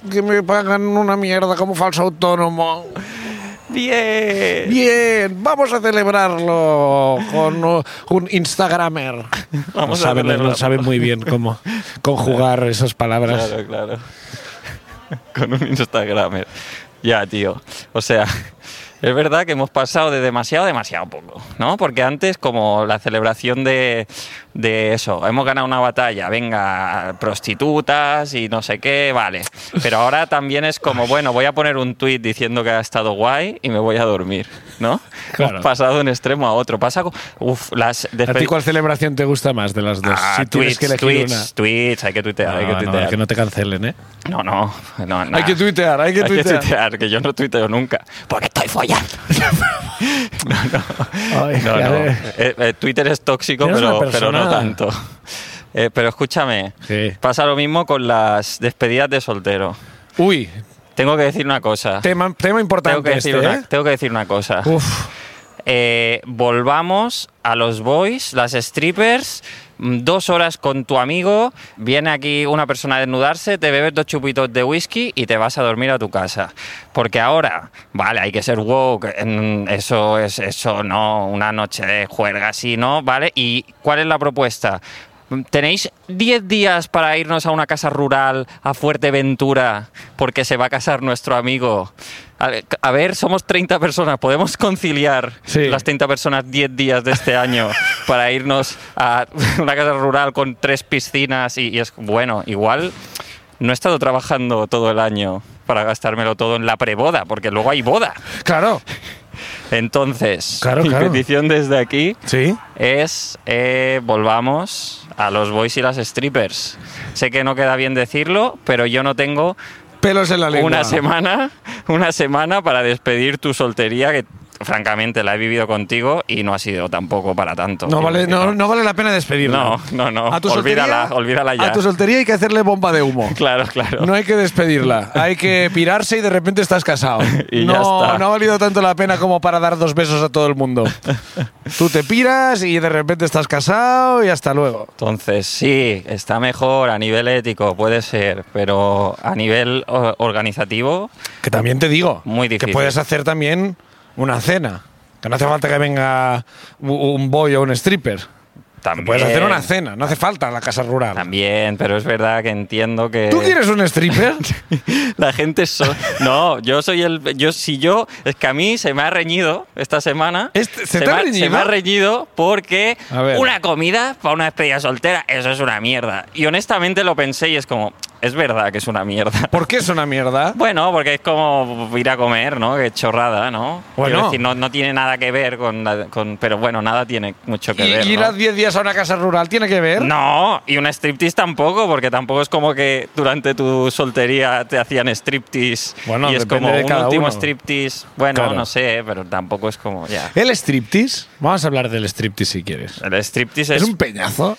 [SPEAKER 2] que me pagan una mierda como falso autónomo.
[SPEAKER 1] ¡Bien!
[SPEAKER 2] Bien, vamos a celebrarlo con uh, un Instagramer.
[SPEAKER 1] Vamos
[SPEAKER 2] no
[SPEAKER 1] a
[SPEAKER 2] saben,
[SPEAKER 1] celebrarlo.
[SPEAKER 2] no saben muy bien cómo conjugar esas palabras.
[SPEAKER 1] Claro, claro. Con un Instagramer. Ya, tío. O sea, es verdad que hemos pasado de demasiado a demasiado poco, ¿no? Porque antes, como la celebración de, de eso, hemos ganado una batalla, venga, prostitutas y no sé qué, vale. Pero ahora también es como, bueno, voy a poner un tuit diciendo que ha estado guay y me voy a dormir, ¿no?
[SPEAKER 2] Claro.
[SPEAKER 1] Hemos pasado de un extremo a otro. Pasa, co- uf, las
[SPEAKER 2] ¿A ti
[SPEAKER 1] despedidas.
[SPEAKER 2] cuál celebración te gusta más de las dos?
[SPEAKER 1] Ah,
[SPEAKER 2] si tienes
[SPEAKER 1] tweets,
[SPEAKER 2] que elegir
[SPEAKER 1] tweets,
[SPEAKER 2] una.
[SPEAKER 1] tweets, hay que tuitear, hay que
[SPEAKER 2] No, no,
[SPEAKER 1] tuitear.
[SPEAKER 2] que no te cancelen, ¿eh?
[SPEAKER 1] No, no, no, nada.
[SPEAKER 2] Hay que tuitear, hay que
[SPEAKER 1] Hay que
[SPEAKER 2] tuitear.
[SPEAKER 1] tuitear, que yo no tuiteo nunca. Porque estoy follando. no, no.
[SPEAKER 2] Ay,
[SPEAKER 1] No,
[SPEAKER 2] a
[SPEAKER 1] no.
[SPEAKER 2] ver.
[SPEAKER 1] Eh, eh, Twitter es tóxico,
[SPEAKER 2] Eres
[SPEAKER 1] pero,
[SPEAKER 2] una persona-
[SPEAKER 1] pero no tanto. Eh, pero escúchame,
[SPEAKER 2] Sí.
[SPEAKER 1] pasa lo mismo con las despedidas de soltero.
[SPEAKER 2] Uy,
[SPEAKER 1] Tengo que decir una cosa.
[SPEAKER 2] tema, tema importante
[SPEAKER 1] Tengo que, decir
[SPEAKER 2] este,
[SPEAKER 1] una,
[SPEAKER 2] ¿eh?
[SPEAKER 1] tengo que decir una cosa.
[SPEAKER 2] Uf,
[SPEAKER 1] Eh, volvamos a los boys, las strippers, mm, dos horas con tu amigo, viene aquí una persona a desnudarse, te bebes dos chupitos de whisky y te vas a dormir a tu casa. Porque ahora, vale, hay que ser woke, mm, eso es, eso no, una noche de juerga así, ¿no? ¿Vale? ¿Y cuál es la propuesta? Mm, Tenéis 10 días para irnos a una casa rural, a Fuerteventura, porque se va a casar nuestro amigo. A ver, a ver, somos 30 personas, podemos conciliar
[SPEAKER 2] Sí.
[SPEAKER 1] las 30 personas 10 días de este año para irnos a una casa rural con tres piscinas y, y es bueno, igual no he estado trabajando todo el año para gastármelo todo en la preboda, porque luego hay boda.
[SPEAKER 2] Claro.
[SPEAKER 1] Entonces,
[SPEAKER 2] Claro,
[SPEAKER 1] mi
[SPEAKER 2] claro.
[SPEAKER 1] petición desde aquí
[SPEAKER 2] Sí.
[SPEAKER 1] es eh, volvamos a los boys y las strippers. Sé que no queda bien decirlo, pero yo no tengo
[SPEAKER 2] Pelos en la lengua.
[SPEAKER 1] una semana, una semana para despedir tu soltería que francamente la he vivido contigo y no ha sido tampoco para tanto.
[SPEAKER 2] No
[SPEAKER 1] Quiero
[SPEAKER 2] vale,
[SPEAKER 1] decir,
[SPEAKER 2] no, no vale la pena despedirla.
[SPEAKER 1] No, no, no.
[SPEAKER 2] A tu
[SPEAKER 1] Olvídala,
[SPEAKER 2] soltería-
[SPEAKER 1] olvídala ya.
[SPEAKER 2] A tu soltería hay que hacerle bomba de humo.
[SPEAKER 1] Claro, claro.
[SPEAKER 2] No hay que despedirla. Hay que pirarse y de repente estás casado.
[SPEAKER 1] Y ya
[SPEAKER 2] no,
[SPEAKER 1] está.
[SPEAKER 2] no ha valido tanto la pena como para dar dos besos a todo el mundo. Tú te piras y de repente estás casado y hasta luego.
[SPEAKER 1] Entonces, sí, está mejor a nivel ético, puede ser, pero a nivel o- organizativo,
[SPEAKER 2] Que también te digo,
[SPEAKER 1] Muy difícil.
[SPEAKER 2] que puedes hacer también una cena. Que no hace falta que venga u- un boy o un stripper.
[SPEAKER 1] también.
[SPEAKER 2] Puedes hacer una cena, no hace falta la casa rural.
[SPEAKER 1] También, pero es verdad que entiendo que.
[SPEAKER 2] ¿Tú quieres un stripper?
[SPEAKER 1] La gente so- No, yo soy el. Yo, si yo. Es que a mí se me ha reñido esta semana.
[SPEAKER 2] Este- ¿se te ha
[SPEAKER 1] me
[SPEAKER 2] reñido?
[SPEAKER 1] se me ha reñido porque
[SPEAKER 2] A ver.
[SPEAKER 1] una comida para una despedida soltera, eso es una mierda. Y honestamente lo pensé y es como. Es verdad que es una mierda.
[SPEAKER 2] ¿Por qué es una mierda?
[SPEAKER 1] Bueno, porque es como ir a comer, ¿no? Que chorrada, ¿no? Quiero
[SPEAKER 2] Bueno.
[SPEAKER 1] decir, no, no tiene nada que ver con, la- con- Pero bueno, nada tiene mucho que
[SPEAKER 2] ¿Y
[SPEAKER 1] ver.
[SPEAKER 2] ir
[SPEAKER 1] ¿no?
[SPEAKER 2] a 10 días a una casa rural tiene que ver?
[SPEAKER 1] No, y un striptease tampoco, porque tampoco es como que durante tu soltería te hacían striptease.
[SPEAKER 2] Bueno,
[SPEAKER 1] y es
[SPEAKER 2] depende
[SPEAKER 1] como
[SPEAKER 2] de
[SPEAKER 1] un
[SPEAKER 2] cada
[SPEAKER 1] último
[SPEAKER 2] uno.
[SPEAKER 1] striptease. Bueno,
[SPEAKER 2] Claro. ¿Eh?
[SPEAKER 1] no sé, pero tampoco es como ya.
[SPEAKER 2] ¿El striptease? Vamos a hablar del striptease si quieres.
[SPEAKER 1] El striptease
[SPEAKER 2] Es
[SPEAKER 1] es.
[SPEAKER 2] un peñazo.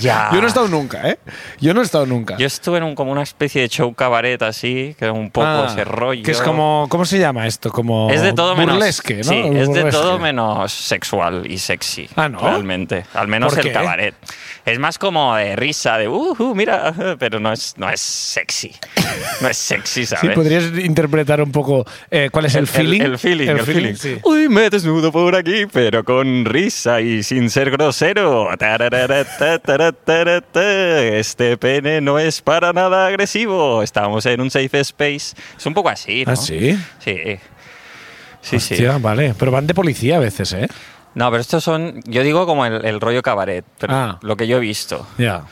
[SPEAKER 1] ya.
[SPEAKER 2] Yo no he estado nunca, ¿eh? Yo no he estado nunca.
[SPEAKER 1] Yo estuve en un- como una especie de show cabaret así, que era un poco
[SPEAKER 2] Ah,
[SPEAKER 1] ese rollo.
[SPEAKER 2] Que es como. ¿Cómo se llama esto? Como.
[SPEAKER 1] Es de todo menos.
[SPEAKER 2] burlesque, ¿no?
[SPEAKER 1] Sí, es de
[SPEAKER 2] Burlesque.
[SPEAKER 1] todo menos sexual y sexy.
[SPEAKER 2] Ah, ¿no?
[SPEAKER 1] Realmente. Al menos
[SPEAKER 2] ¿Por
[SPEAKER 1] el
[SPEAKER 2] qué?
[SPEAKER 1] cabaret. Es más como de risa, de uh, uh, mira, pero no es, no es sexy. No es sexy,
[SPEAKER 2] Sí, pues
[SPEAKER 1] ¿sabes?
[SPEAKER 2] podrías interpretar un poco eh, cuál es el, feeling.
[SPEAKER 1] El, feeling, el, feeling.
[SPEAKER 2] sí.
[SPEAKER 1] Uy, me desnudo por aquí, pero con risa y sin ser grosero. Tararara, ta, tara, tara, ta. Este pene no es para nada agresivo. Estamos en un safe space. Es un poco así, ¿no?
[SPEAKER 2] ¿Ah, sí?
[SPEAKER 1] Sí. Sí, sí.
[SPEAKER 2] Hostia, vale. Pero van de policía a veces, ¿eh?
[SPEAKER 1] No, pero estos son, yo digo como el, el rollo cabaret, pero
[SPEAKER 2] Ah.
[SPEAKER 1] lo que yo he visto.
[SPEAKER 2] Ya.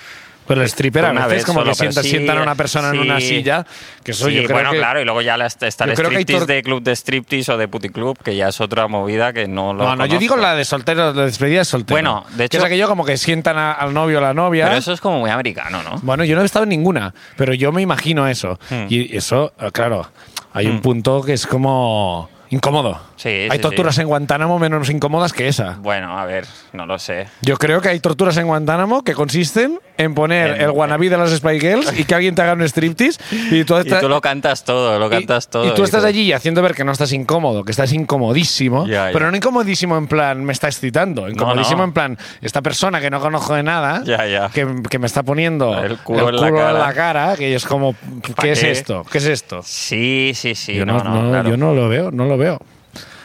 [SPEAKER 2] Pero el stripper a
[SPEAKER 1] Pues Una
[SPEAKER 2] veces
[SPEAKER 1] vez
[SPEAKER 2] como
[SPEAKER 1] solo,
[SPEAKER 2] que
[SPEAKER 1] pero
[SPEAKER 2] sienta-
[SPEAKER 1] sí,
[SPEAKER 2] sientan a una persona en una
[SPEAKER 1] sí.
[SPEAKER 2] silla. Que eso
[SPEAKER 1] Sí,
[SPEAKER 2] yo creo
[SPEAKER 1] bueno,
[SPEAKER 2] que-
[SPEAKER 1] claro, y luego ya la- está el
[SPEAKER 2] yo creo que hay
[SPEAKER 1] striptease
[SPEAKER 2] tor-
[SPEAKER 1] de club de striptease o de puticlub, que ya es otra movida que no lo
[SPEAKER 2] No, no, yo
[SPEAKER 1] conozco.
[SPEAKER 2] digo la de soltero, la despedida de soltero.
[SPEAKER 1] Bueno, de
[SPEAKER 2] Que
[SPEAKER 1] hecho-
[SPEAKER 2] es aquello como que sientan a- al novio o la novia.
[SPEAKER 1] Pero eso es como muy americano, ¿no?
[SPEAKER 2] Bueno, yo no he estado en ninguna, pero yo me imagino eso.
[SPEAKER 1] Hmm.
[SPEAKER 2] Y eso, eh, claro, hay un punto que es como incómodo.
[SPEAKER 1] Sí,
[SPEAKER 2] hay
[SPEAKER 1] sí,
[SPEAKER 2] torturas
[SPEAKER 1] sí.
[SPEAKER 2] en Guantánamo menos incómodas que esa.
[SPEAKER 1] Bueno, a ver, no lo sé.
[SPEAKER 2] Yo creo que hay torturas en Guantánamo que consisten en poner
[SPEAKER 1] En-
[SPEAKER 2] el wannabe de las Spy Girls y que alguien te haga un striptease y tú,
[SPEAKER 1] Y tú lo cantas todo, lo cantas todo.
[SPEAKER 2] y tú estás
[SPEAKER 1] todo.
[SPEAKER 2] allí haciendo ver que no estás incómodo, que estás incomodísimo,
[SPEAKER 1] Ya, ya.
[SPEAKER 2] pero no incomodísimo en plan me está excitando, incomodísimo
[SPEAKER 1] no.
[SPEAKER 2] en plan esta persona que no conozco de nada,
[SPEAKER 1] Ya, ya.
[SPEAKER 2] Que, que me está poniendo
[SPEAKER 1] El culo en la
[SPEAKER 2] culo
[SPEAKER 1] cara.
[SPEAKER 2] cara, que es como ¿qué es
[SPEAKER 1] qué?
[SPEAKER 2] esto? ¿Qué es esto?
[SPEAKER 1] Sí, sí, sí.
[SPEAKER 2] yo
[SPEAKER 1] no, no, claro.
[SPEAKER 2] yo no lo veo, no lo veo.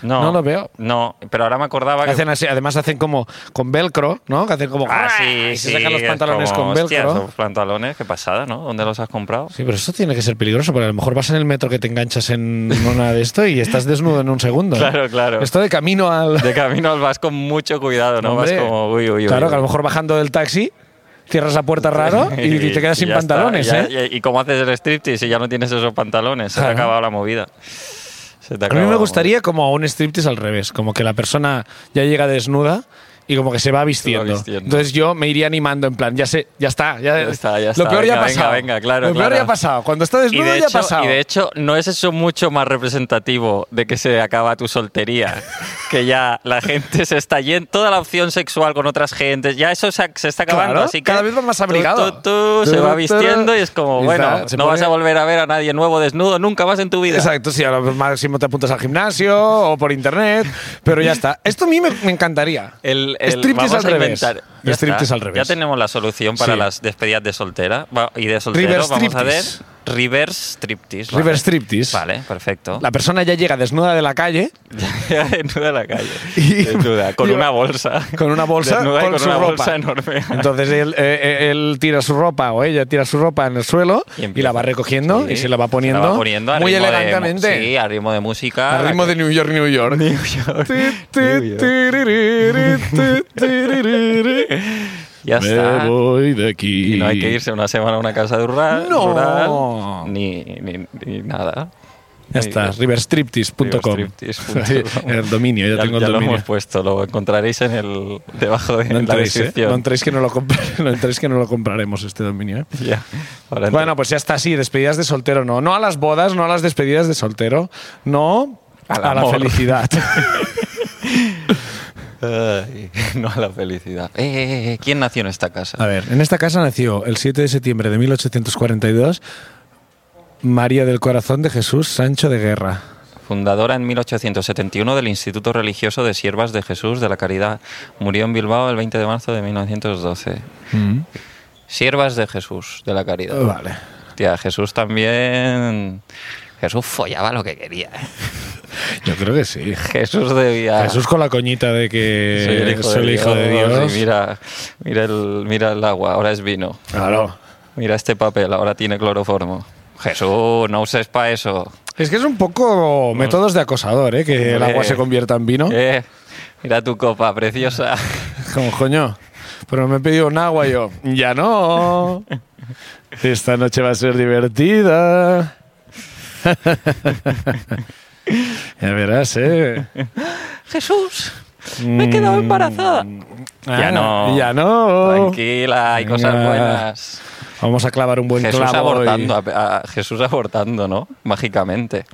[SPEAKER 2] no lo veo.
[SPEAKER 1] No, pero ahora me acordaba que...
[SPEAKER 2] Hacen así- además hacen como con velcro, ¿no? Que hacen como
[SPEAKER 1] Ah, sí,
[SPEAKER 2] y se
[SPEAKER 1] sí,
[SPEAKER 2] sacan los
[SPEAKER 1] es
[SPEAKER 2] pantalones
[SPEAKER 1] como,
[SPEAKER 2] con
[SPEAKER 1] hostia,
[SPEAKER 2] velcro.
[SPEAKER 1] esos pantalones, qué pasada, ¿no? ¿Dónde los has comprado?
[SPEAKER 2] Sí, pero eso tiene que ser peligroso, porque a lo mejor vas en el metro que te enganchas en una de esto y estás desnudo en un segundo. ¿eh?
[SPEAKER 1] Claro, claro.
[SPEAKER 2] Esto de camino al,
[SPEAKER 1] De camino vas con mucho cuidado, ¿no?
[SPEAKER 2] Hombre,
[SPEAKER 1] vas como, uy, uy, uy.
[SPEAKER 2] Claro,
[SPEAKER 1] uy.
[SPEAKER 2] que a lo mejor bajando del taxi cierras la puerta raro y, y te quedas sin
[SPEAKER 1] ya está,
[SPEAKER 2] pantalones,
[SPEAKER 1] ya-
[SPEAKER 2] ¿eh?
[SPEAKER 1] ya- y cómo haces el striptease si ya no tienes esos pantalones. Se te ha
[SPEAKER 2] Claro.
[SPEAKER 1] acabado la movida. Se te ha
[SPEAKER 2] A mí me
[SPEAKER 1] acabado.
[SPEAKER 2] gustaría como un striptease al revés, como que la persona ya llega desnuda y como que se va vistiendo.
[SPEAKER 1] vistiendo.
[SPEAKER 2] Entonces yo me iría animando en plan, ya sé, ya está, ya,
[SPEAKER 1] Ya está, ya está,
[SPEAKER 2] Lo peor ya
[SPEAKER 1] venga,
[SPEAKER 2] ha
[SPEAKER 1] venga,
[SPEAKER 2] pasado.
[SPEAKER 1] venga, claro,
[SPEAKER 2] Lo peor
[SPEAKER 1] claro.
[SPEAKER 2] ya ha pasado. Cuando está
[SPEAKER 1] Y
[SPEAKER 2] desnudo
[SPEAKER 1] de,
[SPEAKER 2] ya ha
[SPEAKER 1] hecho,
[SPEAKER 2] pasado.
[SPEAKER 1] y de hecho, ¿no es eso mucho más representativo de que se acaba tu soltería? que ya la gente se está yendo, toda la opción sexual con otras gentes, ya eso se, se está acabando.
[SPEAKER 2] Claro,
[SPEAKER 1] así que
[SPEAKER 2] cada vez vas más
[SPEAKER 1] tú,
[SPEAKER 2] abrigado.
[SPEAKER 1] tú, tú, se
[SPEAKER 2] Tú,
[SPEAKER 1] va
[SPEAKER 2] tú,
[SPEAKER 1] vistiendo y es como,
[SPEAKER 2] y
[SPEAKER 1] bueno,
[SPEAKER 2] está, se
[SPEAKER 1] no vas
[SPEAKER 2] pone-
[SPEAKER 1] a volver a ver a nadie nuevo desnudo nunca más en tu vida.
[SPEAKER 2] Exacto, sí, a lo máximo te apuntas al gimnasio o por internet, pero ya está. Esto a mí me, me encantaría.
[SPEAKER 1] El, el-
[SPEAKER 2] striptease
[SPEAKER 1] vamos
[SPEAKER 2] al
[SPEAKER 1] a
[SPEAKER 2] revés.
[SPEAKER 1] inventar. Ya
[SPEAKER 2] Striptease
[SPEAKER 1] está.
[SPEAKER 2] al revés.
[SPEAKER 1] Ya tenemos la solución para
[SPEAKER 2] Sí.
[SPEAKER 1] las despedidas de soltera va- y de soltero.
[SPEAKER 2] Reverse
[SPEAKER 1] vamos a ver.
[SPEAKER 2] striptease.
[SPEAKER 1] Reverse Striptease. ¿vale?
[SPEAKER 2] Reverse striptease.
[SPEAKER 1] Vale, perfecto.
[SPEAKER 2] La persona ya llega desnuda de la calle
[SPEAKER 1] desnuda a la calle.
[SPEAKER 2] Y-
[SPEAKER 1] desnuda, con
[SPEAKER 2] y-
[SPEAKER 1] una bolsa.
[SPEAKER 2] con una bolsa
[SPEAKER 1] Desnuda y
[SPEAKER 2] con,
[SPEAKER 1] con
[SPEAKER 2] su
[SPEAKER 1] una
[SPEAKER 2] ropa.
[SPEAKER 1] bolsa enorme.
[SPEAKER 2] Entonces él, eh, él tira su ropa o ella tira su ropa en el suelo y,
[SPEAKER 1] empieza.
[SPEAKER 2] la va recogiendo
[SPEAKER 1] Sí,
[SPEAKER 2] y se la va poniendo,
[SPEAKER 1] la va poniendo al
[SPEAKER 2] muy
[SPEAKER 1] ritmo de mu-
[SPEAKER 2] elegantemente.
[SPEAKER 1] sí, al ritmo de música.
[SPEAKER 2] Al ritmo de New York, New York.
[SPEAKER 1] New York. New York. Ya está.
[SPEAKER 2] Me voy de aquí.
[SPEAKER 1] Y no hay que irse una semana a una casa de rural,
[SPEAKER 2] No.
[SPEAKER 1] rural, ni, ni- ni nada.
[SPEAKER 2] Ya está, riverstriptease.com.
[SPEAKER 1] Riverstriptease.com.
[SPEAKER 2] el dominio, ya, tengo el
[SPEAKER 1] lo
[SPEAKER 2] dominio.
[SPEAKER 1] hemos puesto, lo encontraréis en el debajo de
[SPEAKER 2] No
[SPEAKER 1] la
[SPEAKER 2] entréis, ¿eh?
[SPEAKER 1] descripción.
[SPEAKER 2] No entréis que no lo compra- no entréis que no lo compraremos este dominio. ¿eh?
[SPEAKER 1] Ya. Ahora entra-
[SPEAKER 2] Bueno, pues ya está así, despedidas de soltero no. No a las bodas, no a las despedidas de soltero, no
[SPEAKER 1] Al
[SPEAKER 2] a la
[SPEAKER 1] amor.
[SPEAKER 2] felicidad.
[SPEAKER 1] Ay, no a la felicidad. Eh, eh, eh, ¿Quién nació en esta casa?
[SPEAKER 2] A ver, en esta casa nació el 7 de septiembre de 1842 María del Corazón de Jesús Sancho de Guerra.
[SPEAKER 1] Fundadora en 1871 del Instituto Religioso de Siervas de Jesús de la Caridad. Murió en Bilbao el 20 de marzo de 1912. Mm. Siervas de Jesús de la Caridad.
[SPEAKER 2] Vale.
[SPEAKER 1] Tía, Jesús también. Jesús follaba lo que quería. ¿eh?
[SPEAKER 2] Yo creo que sí.
[SPEAKER 1] Jesús debía.
[SPEAKER 2] Jesús con la coñita de que
[SPEAKER 1] soy el hijo, de, Dios, y mira, mira, el, mira el agua, ahora es vino.
[SPEAKER 2] Claro.
[SPEAKER 1] Mira este papel, ahora tiene cloroformo. Jesús, no uses para eso.
[SPEAKER 2] Es que es un poco métodos de acosador, ¿eh? Que el
[SPEAKER 1] Hombre.
[SPEAKER 2] agua se convierta en vino.
[SPEAKER 1] Eh, mira tu copa, preciosa.
[SPEAKER 2] Como coño. Pero me he pedido un agua y yo. Ya no. Esta noche va a ser divertida. ya verás, ¿eh?
[SPEAKER 1] Jesús, me he quedado embarazada. Ya
[SPEAKER 2] Ah,
[SPEAKER 1] no.
[SPEAKER 2] Ya no.
[SPEAKER 1] Tranquila, hay cosas
[SPEAKER 2] Venga.
[SPEAKER 1] buenas.
[SPEAKER 2] Vamos a clavar un buen
[SPEAKER 1] Jesús
[SPEAKER 2] clavo.
[SPEAKER 1] abortando,
[SPEAKER 2] hoy.
[SPEAKER 1] a- a- Jesús abortando, ¿no? Mágicamente.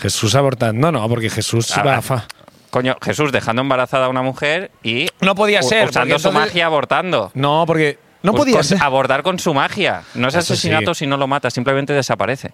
[SPEAKER 2] Jesús abortando, no, porque Jesús
[SPEAKER 1] Ah,
[SPEAKER 2] va a fa-
[SPEAKER 1] Coño, Jesús dejando embarazada a una mujer y
[SPEAKER 2] No podía
[SPEAKER 1] u-
[SPEAKER 2] ser, porque
[SPEAKER 1] usando su
[SPEAKER 2] entonces-
[SPEAKER 1] magia abortando.
[SPEAKER 2] No, porque no
[SPEAKER 1] Pues
[SPEAKER 2] podía
[SPEAKER 1] con-
[SPEAKER 2] ser.
[SPEAKER 1] Abordar con su magia. No es
[SPEAKER 2] Eso
[SPEAKER 1] asesinato si no lo mata, simplemente desaparece.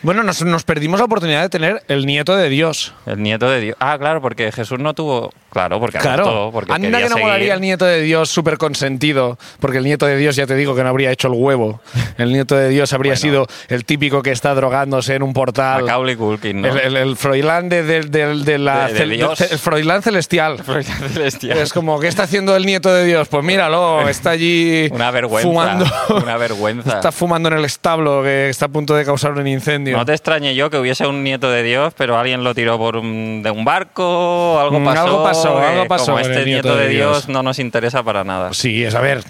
[SPEAKER 2] Bueno, nos, nos perdimos la oportunidad de tener el nieto de Dios.
[SPEAKER 1] El nieto de Dios. Ah, claro, porque Jesús no tuvo. Claro, porque
[SPEAKER 2] Claro.
[SPEAKER 1] abortó, porque
[SPEAKER 2] Anda
[SPEAKER 1] quería
[SPEAKER 2] que no
[SPEAKER 1] seguir.
[SPEAKER 2] molaría el nieto de Dios súper consentido, porque el nieto de Dios ya te digo que no habría hecho el huevo. El nieto de Dios habría sido el típico que está drogándose en un portal.
[SPEAKER 1] Macaulay Culkin, ¿no?
[SPEAKER 2] El, el, el Froilán de, de- de- de la
[SPEAKER 1] De- de
[SPEAKER 2] cel-
[SPEAKER 1] Dios.
[SPEAKER 2] el Froilán celestial.
[SPEAKER 1] Froilán celestial.
[SPEAKER 2] Es como, ¿qué está haciendo el nieto de Dios? Pues míralo, está allí
[SPEAKER 1] Una vergüenza.
[SPEAKER 2] fumando.
[SPEAKER 1] Una vergüenza.
[SPEAKER 2] Está fumando en el establo que está a punto de causar un incendio.
[SPEAKER 1] No te extrañe yo que hubiese un nieto de Dios, pero alguien lo tiró por un, de un barco, algo
[SPEAKER 2] Mm,
[SPEAKER 1] pasó.
[SPEAKER 2] algo pasó,
[SPEAKER 1] que
[SPEAKER 2] algo pasó
[SPEAKER 1] Como
[SPEAKER 2] con
[SPEAKER 1] este
[SPEAKER 2] el
[SPEAKER 1] nieto de Dios, no nos interesa para nada.
[SPEAKER 2] Sí, es a ver.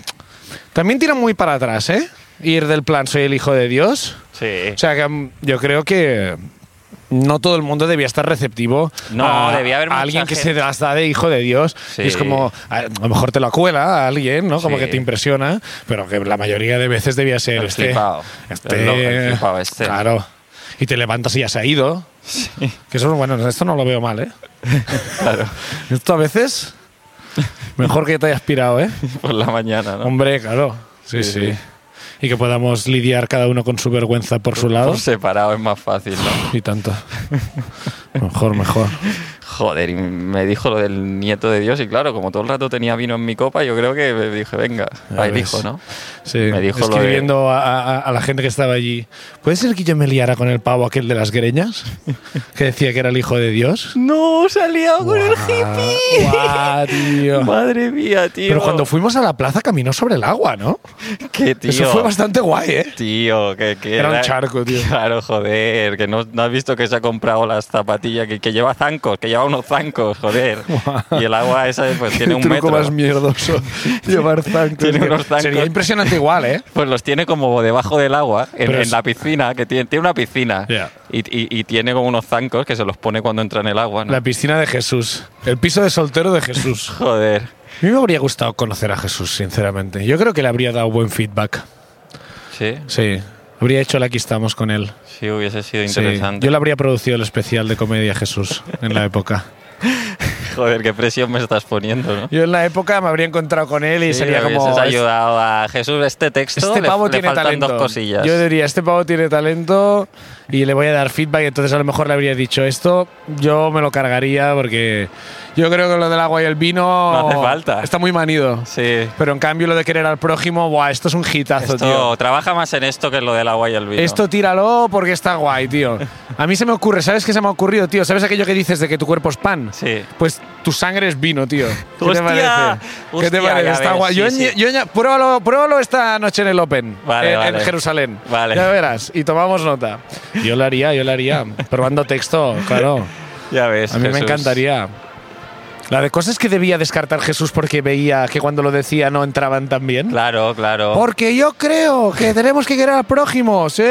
[SPEAKER 2] También tira muy para atrás, ¿eh? Ir del plan, soy el hijo de Dios.
[SPEAKER 1] Sí.
[SPEAKER 2] O sea, que mm, yo creo que no todo el mundo debía estar receptivo
[SPEAKER 1] No,
[SPEAKER 2] a,
[SPEAKER 1] debía haber
[SPEAKER 2] a
[SPEAKER 1] mucha
[SPEAKER 2] alguien que se
[SPEAKER 1] gente.
[SPEAKER 2] las da de hijo de Dios.
[SPEAKER 1] Sí.
[SPEAKER 2] Y es como, a, a lo mejor te lo cuela a alguien, ¿no? Como
[SPEAKER 1] Sí.
[SPEAKER 2] que te impresiona, pero que la mayoría de veces debía ser
[SPEAKER 1] El
[SPEAKER 2] este.
[SPEAKER 1] flipao.
[SPEAKER 2] Este,
[SPEAKER 1] El loco, el flipao este.
[SPEAKER 2] Claro. Y te levantas y ya se ha ido. Que eso, bueno, esto no lo veo mal, ¿eh?
[SPEAKER 1] Claro.
[SPEAKER 2] Esto a veces, mejor que te hayas pirado, ¿eh?
[SPEAKER 1] Por la mañana, ¿no?
[SPEAKER 2] Hombre, claro. Sí,
[SPEAKER 1] Sí,
[SPEAKER 2] sí,
[SPEAKER 1] sí.
[SPEAKER 2] Y que podamos lidiar cada uno con su vergüenza por su lado.
[SPEAKER 1] Por separado es más fácil, ¿no?
[SPEAKER 2] Y tanto. Mejor, mejor.
[SPEAKER 1] Joder, y me dijo lo del nieto de Dios y claro, como todo el rato tenía vino en mi copa, yo creo que me dije, venga,
[SPEAKER 2] Ya
[SPEAKER 1] ahí
[SPEAKER 2] ves.
[SPEAKER 1] dijo, ¿no?
[SPEAKER 2] Sí,
[SPEAKER 1] Me dijo lo de-
[SPEAKER 2] escribiendo a, a- a la gente que estaba allí. ¿Puede ser que yo me liara con el pavo aquel de las greñas? Que decía que era el hijo de Dios.
[SPEAKER 1] No, se ha liado con el hippie.
[SPEAKER 2] Guau, tío.
[SPEAKER 1] Madre mía, tío.
[SPEAKER 2] Pero cuando fuimos a la plaza caminó sobre el agua, ¿no?
[SPEAKER 1] ¿Qué, tío?
[SPEAKER 2] Eso fue bastante guay, ¿eh?
[SPEAKER 1] Tío, que, que
[SPEAKER 2] Era un charco, tío.
[SPEAKER 1] Claro, joder, que no, no has visto que se ha comprado las zapatillas, que, que lleva zancos, que lleva unos zancos, joder. y el agua esa pues tiene un
[SPEAKER 2] Qué truco
[SPEAKER 1] metro.
[SPEAKER 2] más mierdoso. Llevar zancos.
[SPEAKER 1] Tiene unos zancos.
[SPEAKER 2] Sería impresionante igual, ¿eh?
[SPEAKER 1] Pues los tiene como debajo del agua, en,
[SPEAKER 2] Pero
[SPEAKER 1] en
[SPEAKER 2] es-
[SPEAKER 1] la piscina, que tiene, tiene una piscina.
[SPEAKER 2] Ya.
[SPEAKER 1] Y, y- y tiene como unos zancos que se los pone cuando entra en el agua. ¿no?
[SPEAKER 2] La piscina de Jesús. El piso de soltero de Jesús.
[SPEAKER 1] Joder.
[SPEAKER 2] A mí me habría gustado conocer a Jesús, sinceramente. Yo creo que le habría dado buen feedback.
[SPEAKER 1] Sí,
[SPEAKER 2] Sí. Habría hecho el aquí estamos con él.
[SPEAKER 1] sí, hubiese sido
[SPEAKER 2] Sí.
[SPEAKER 1] interesante.
[SPEAKER 2] Yo le habría producido el especial de comedia Jesús en la época.
[SPEAKER 1] Joder, qué presión me estás poniendo, ¿no?
[SPEAKER 2] Yo en la época me habría encontrado con él y
[SPEAKER 1] Sí,
[SPEAKER 2] sería
[SPEAKER 1] le
[SPEAKER 2] como.
[SPEAKER 1] hubieses ayudado a Jesús este texto.
[SPEAKER 2] Este
[SPEAKER 1] le-
[SPEAKER 2] pavo
[SPEAKER 1] le,
[SPEAKER 2] tiene
[SPEAKER 1] faltan
[SPEAKER 2] talento.
[SPEAKER 1] dos cosillas.
[SPEAKER 2] Yo diría, este pavo tiene talento y le voy a dar feedback. Entonces a lo mejor le habría dicho esto. Yo me lo cargaría porque yo creo que lo del agua y el vino
[SPEAKER 1] No hace falta.
[SPEAKER 2] está muy manido.
[SPEAKER 1] sí.
[SPEAKER 2] Pero en cambio lo de querer al prójimo, buah, esto es un hitazo,
[SPEAKER 1] Esto-
[SPEAKER 2] tío.
[SPEAKER 1] trabaja más en esto que en lo del agua y el vino.
[SPEAKER 2] Esto tíralo porque está guay, tío. A mí se me ocurre, ¿sabes qué se me ha ocurrido, tío? ¿Sabes aquello que dices de que tu cuerpo es pan?
[SPEAKER 1] Sí.
[SPEAKER 2] Pues tu sangre es vino, tío. ¿Qué te
[SPEAKER 1] Hostia,
[SPEAKER 2] parece? ¿Qué
[SPEAKER 1] hostia,
[SPEAKER 2] te parece?
[SPEAKER 1] ya
[SPEAKER 2] Está
[SPEAKER 1] ves,
[SPEAKER 2] guay.
[SPEAKER 1] sí,
[SPEAKER 2] yo,
[SPEAKER 1] sí.
[SPEAKER 2] yo- yo- pruébalo, pruébalo esta noche en el Open,
[SPEAKER 1] Vale,
[SPEAKER 2] en, en
[SPEAKER 1] vale.
[SPEAKER 2] Jerusalén.
[SPEAKER 1] Vale.
[SPEAKER 2] Ya verás, y tomamos nota. Yo lo haría, yo lo haría. Probando texto, claro.
[SPEAKER 1] Ya ves.
[SPEAKER 2] A mí me
[SPEAKER 1] Jesús.
[SPEAKER 2] encantaría. La de cosas que debía descartar Jesús porque veía que cuando lo decía no entraban tan bien.
[SPEAKER 1] Claro, claro.
[SPEAKER 2] Porque yo creo que tenemos que querer al prójimo, sí.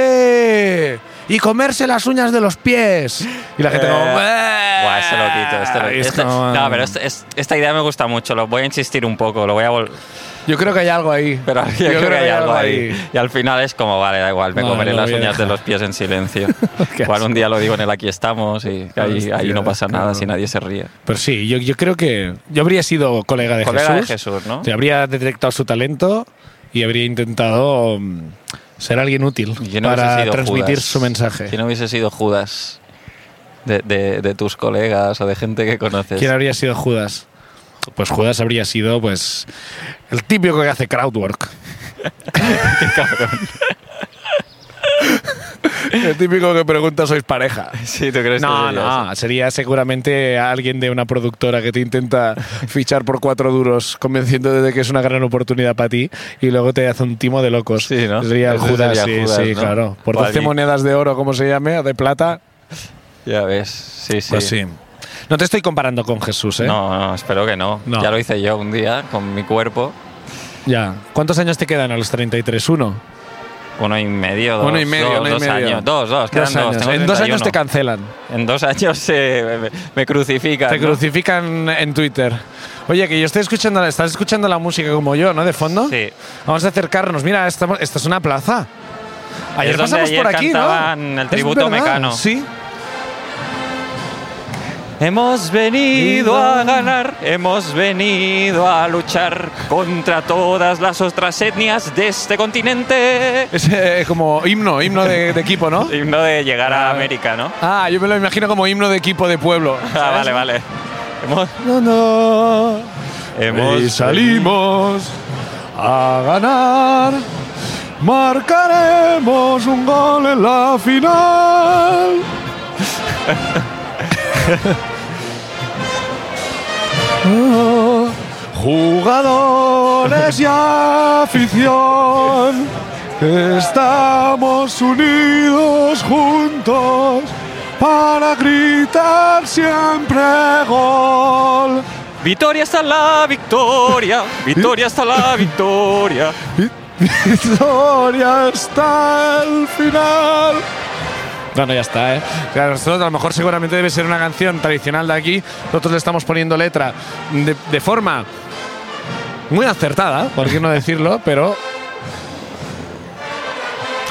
[SPEAKER 2] Y comerse las uñas de los pies. Y la gente
[SPEAKER 1] Eh,
[SPEAKER 2] como...
[SPEAKER 1] Buah, este lo quito, este lo
[SPEAKER 2] Y es
[SPEAKER 1] este-
[SPEAKER 2] como,
[SPEAKER 1] No, pero este- es- esta idea me gusta mucho, lo voy a insistir un poco, lo voy a vol-
[SPEAKER 2] Yo creo que hay algo ahí.
[SPEAKER 1] Pero yo, creo, que hay algo ahí. Y al final es como, vale, da igual, me
[SPEAKER 2] Vale,
[SPEAKER 1] comeré
[SPEAKER 2] lo
[SPEAKER 1] las
[SPEAKER 2] voy a
[SPEAKER 1] uñas de
[SPEAKER 2] dejar.
[SPEAKER 1] los pies en silencio.
[SPEAKER 2] Qué
[SPEAKER 1] Igual un
[SPEAKER 2] asco.
[SPEAKER 1] día lo digo en el aquí estamos y ahí, ahí
[SPEAKER 2] Hostia,
[SPEAKER 1] no pasa nada
[SPEAKER 2] claro.
[SPEAKER 1] si nadie se ríe.
[SPEAKER 2] Pero sí, yo, yo creo que yo habría sido colega de
[SPEAKER 1] Colega de
[SPEAKER 2] Jesús.
[SPEAKER 1] Jesús, ¿no?
[SPEAKER 2] Yo habría detectado su talento y habría intentado mm, ser alguien útil
[SPEAKER 1] Yo no hubiese
[SPEAKER 2] para
[SPEAKER 1] sido
[SPEAKER 2] transmitir
[SPEAKER 1] Judas.
[SPEAKER 2] su mensaje.
[SPEAKER 1] Yo no hubiese sido Judas de, de- de tus colegas o de gente que conoces.
[SPEAKER 2] ¿Quién habría sido Judas? Pues Judas habría sido, pues, el típico que hace crowdwork. el típico que pregunta, ¿sois pareja?
[SPEAKER 1] Sí, ¿tú crees
[SPEAKER 2] No,
[SPEAKER 1] que Este sería
[SPEAKER 2] no, sería seguramente alguien de una productora que te intenta fichar por cuatro duros, convenciéndote de que es una gran oportunidad para ti y luego te hace un timo de locos.
[SPEAKER 1] Sí, ¿no?
[SPEAKER 2] Sería el
[SPEAKER 1] Ese
[SPEAKER 2] Judas,
[SPEAKER 1] sería
[SPEAKER 2] sí,
[SPEAKER 1] Judas,
[SPEAKER 2] sí,
[SPEAKER 1] ¿no?
[SPEAKER 2] claro. Por
[SPEAKER 1] O
[SPEAKER 2] 12
[SPEAKER 1] alguien-
[SPEAKER 2] monedas de oro, como se llame, o de plata,
[SPEAKER 1] eso? Ya ves, sí, sí.
[SPEAKER 2] pues sí. No te estoy comparando con Jesús, ¿eh?
[SPEAKER 1] No, no, espero que no.
[SPEAKER 2] No.
[SPEAKER 1] Ya lo hice yo un día con mi cuerpo,
[SPEAKER 2] Ya. ¿Cuántos años te quedan a los 33? ¿Uno?
[SPEAKER 1] uno y medio, dos,
[SPEAKER 2] Uno y medio,
[SPEAKER 1] dos,
[SPEAKER 2] uno y
[SPEAKER 1] dos
[SPEAKER 2] medio.
[SPEAKER 1] años, dos, dos, quedan dos.
[SPEAKER 2] años.
[SPEAKER 1] tengo
[SPEAKER 2] en dos años
[SPEAKER 1] 31.
[SPEAKER 2] te cancelan.
[SPEAKER 1] En dos años eh, me, me crucifican.
[SPEAKER 2] Te
[SPEAKER 1] ¿no?
[SPEAKER 2] crucifican en Twitter. Oye, que yo estoy escuchando, la- estás escuchando la música como yo, ¿no? De fondo.
[SPEAKER 1] Sí.
[SPEAKER 2] Vamos a acercarnos. Mira, estamos, esta es una plaza. Ayer
[SPEAKER 1] Es donde
[SPEAKER 2] pasamos
[SPEAKER 1] ayer
[SPEAKER 2] por aquí,
[SPEAKER 1] cantaban
[SPEAKER 2] ¿no?
[SPEAKER 1] el
[SPEAKER 2] Es
[SPEAKER 1] tributo a
[SPEAKER 2] verdad,
[SPEAKER 1] Mecano.
[SPEAKER 2] Sí.
[SPEAKER 1] Hemos venido a ganar, hemos venido a luchar contra todas las otras etnias de este continente.
[SPEAKER 2] Es eh, como himno, himno de, de equipo, ¿no?
[SPEAKER 1] Himno de llegar a América, ¿no?
[SPEAKER 2] Ah, yo me lo imagino como himno de equipo de pueblo.
[SPEAKER 1] Ah, vale, vale. Hemos,
[SPEAKER 2] No, no.
[SPEAKER 1] hemos-
[SPEAKER 2] Y salimos a ganar. Marcaremos un gol en la final. Oh, Jugadores y afición, estamos unidos juntos para gritar siempre gol.
[SPEAKER 1] Victoria hasta la victoria, victoria hasta la victoria.
[SPEAKER 2] Victoria hasta el final. Bueno, ya está, ¿eh? Claro, nosotros a lo mejor seguramente debe ser una canción tradicional de aquí. Nosotros le estamos poniendo letra de, de forma muy acertada, por qué no decirlo, pero...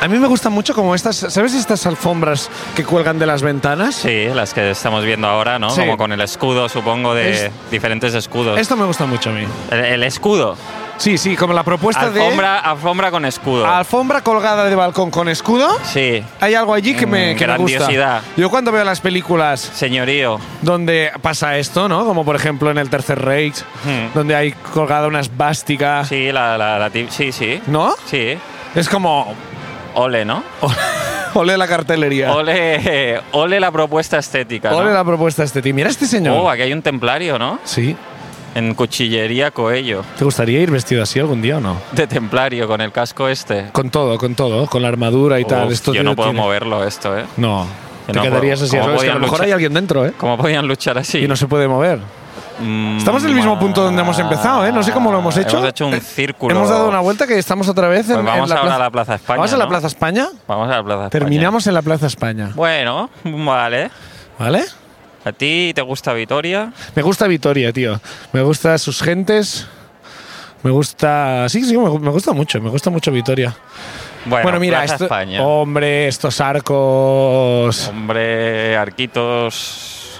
[SPEAKER 2] A mí me gustan mucho como estas, ¿sabes estas alfombras que cuelgan de las ventanas?
[SPEAKER 1] Sí, las que estamos viendo ahora, ¿no?
[SPEAKER 2] Sí.
[SPEAKER 1] Como con el escudo, supongo, de
[SPEAKER 2] Es-
[SPEAKER 1] diferentes escudos.
[SPEAKER 2] Esto me gusta mucho a mí.
[SPEAKER 1] el, el escudo.
[SPEAKER 2] Sí, sí, como la propuesta
[SPEAKER 1] Alfombra, alfombra con escudo.
[SPEAKER 2] de alfombra colgada de balcón con escudo.
[SPEAKER 1] sí,
[SPEAKER 2] Hay algo allí que me,
[SPEAKER 1] Mm,
[SPEAKER 2] que me gusta.
[SPEAKER 1] grandiosidad.
[SPEAKER 2] Yo cuando veo las películas
[SPEAKER 1] señorío.
[SPEAKER 2] donde pasa esto, ¿no? Como por ejemplo en el Tercer Reich,
[SPEAKER 1] Hmm.
[SPEAKER 2] donde hay colgada una esvástica,
[SPEAKER 1] Sí, la, la, la ti- sí, sí.
[SPEAKER 2] Ah. ¿no?
[SPEAKER 1] Sí.
[SPEAKER 2] Es como
[SPEAKER 1] Ole, ¿no?
[SPEAKER 2] ole la cartelería, ole,
[SPEAKER 1] Ole, ole la propuesta estética. ¿no?
[SPEAKER 2] la propuesta este tío. Mira este señor.
[SPEAKER 1] Oh, aquí hay un templario, ¿no?
[SPEAKER 2] sí.
[SPEAKER 1] En cuchillería Coello.
[SPEAKER 2] ¿Te gustaría ir vestido así algún día o no?
[SPEAKER 1] De templario, con el casco este.
[SPEAKER 2] Con todo, con todo, con la armadura y tal.
[SPEAKER 1] Uf,
[SPEAKER 2] Esto
[SPEAKER 1] yo
[SPEAKER 2] tiene-
[SPEAKER 1] no puedo
[SPEAKER 2] tiene-
[SPEAKER 1] moverlo esto, ¿eh?
[SPEAKER 2] No.
[SPEAKER 1] Yo
[SPEAKER 2] te
[SPEAKER 1] no
[SPEAKER 2] quedarías
[SPEAKER 1] puedo.
[SPEAKER 2] así.
[SPEAKER 1] ¿Cómo
[SPEAKER 2] ¿sabes?
[SPEAKER 1] voy
[SPEAKER 2] Que a
[SPEAKER 1] a
[SPEAKER 2] lo mejor
[SPEAKER 1] luchar?
[SPEAKER 2] hay alguien dentro, ¿eh?
[SPEAKER 1] ¿Cómo podían luchar así?
[SPEAKER 2] Y no se puede mover.
[SPEAKER 1] Mm,
[SPEAKER 2] Estamos en el mismo punto donde hemos empezado, ¿eh? No sé cómo lo hemos hecho. Eh,
[SPEAKER 1] Hemos hecho un círculo.
[SPEAKER 2] Hemos dado una vuelta que estamos otra vez en,
[SPEAKER 1] Pues vamos
[SPEAKER 2] en la
[SPEAKER 1] ahora
[SPEAKER 2] plaza.
[SPEAKER 1] a la Plaza España,
[SPEAKER 2] Vamos a la
[SPEAKER 1] ¿no?
[SPEAKER 2] Plaza España.
[SPEAKER 1] Vamos a la Plaza España.
[SPEAKER 2] Terminamos en la Plaza España.
[SPEAKER 1] Bueno, vale.
[SPEAKER 2] ¿Vale?
[SPEAKER 1] ¿A ti te gusta Vitoria?
[SPEAKER 2] Me gusta Vitoria, tío. Me gusta sus gentes. Me gusta. Sí, sí, me gu- me gusta mucho. Me gusta mucho Vitoria.
[SPEAKER 1] Bueno,
[SPEAKER 2] Bueno, mira,
[SPEAKER 1] Plaza
[SPEAKER 2] esto- Oh.
[SPEAKER 1] España.
[SPEAKER 2] hombre, estos arcos.
[SPEAKER 1] Hombre, arquitos.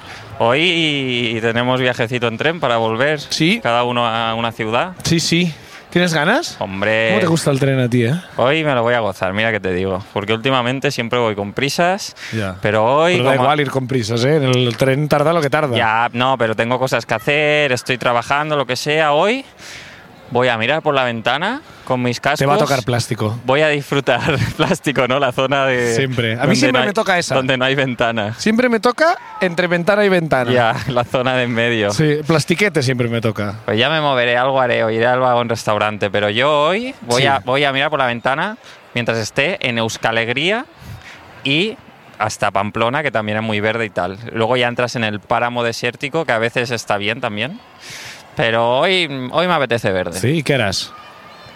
[SPEAKER 1] Hoy tenemos viajecito en tren para volver
[SPEAKER 2] Sí.
[SPEAKER 1] cada uno a una ciudad.
[SPEAKER 2] Sí, sí. ¿Tienes ganas?
[SPEAKER 1] Hombre,
[SPEAKER 2] ¿Cómo te gusta el tren a ti, eh?
[SPEAKER 1] hoy me lo voy a gozar, mira que te digo. Porque últimamente siempre voy con prisas,
[SPEAKER 2] Ya.
[SPEAKER 1] pero hoy...
[SPEAKER 2] Pero da
[SPEAKER 1] como-
[SPEAKER 2] igual ir con prisas, ¿eh? El tren tarda lo que tarda.
[SPEAKER 1] Ya, no, pero tengo cosas que hacer, estoy trabajando, lo que sea. Hoy voy a mirar por la ventana con mis cascos.
[SPEAKER 2] Te va a tocar plástico.
[SPEAKER 1] Voy a disfrutar plástico, ¿no? La zona de...
[SPEAKER 2] Siempre. A mí
[SPEAKER 1] donde
[SPEAKER 2] siempre
[SPEAKER 1] no hay-
[SPEAKER 2] me toca esa.
[SPEAKER 1] Donde no hay ventanas.
[SPEAKER 2] Siempre me toca entre ventana y ventana.
[SPEAKER 1] Ya, la zona de en medio.
[SPEAKER 2] Sí, plastiquete siempre me toca.
[SPEAKER 1] Pues ya me moveré, algo haré, o iré al vagón restaurante. Pero yo hoy voy,
[SPEAKER 2] Sí.
[SPEAKER 1] a, voy a mirar por la ventana mientras esté en Euskalegría y hasta Pamplona, que también es muy verde y tal. Luego ya entras en el páramo desértico, que a veces está bien también. Pero hoy, hoy me apetece verde.
[SPEAKER 2] Sí, ¿y qué harás?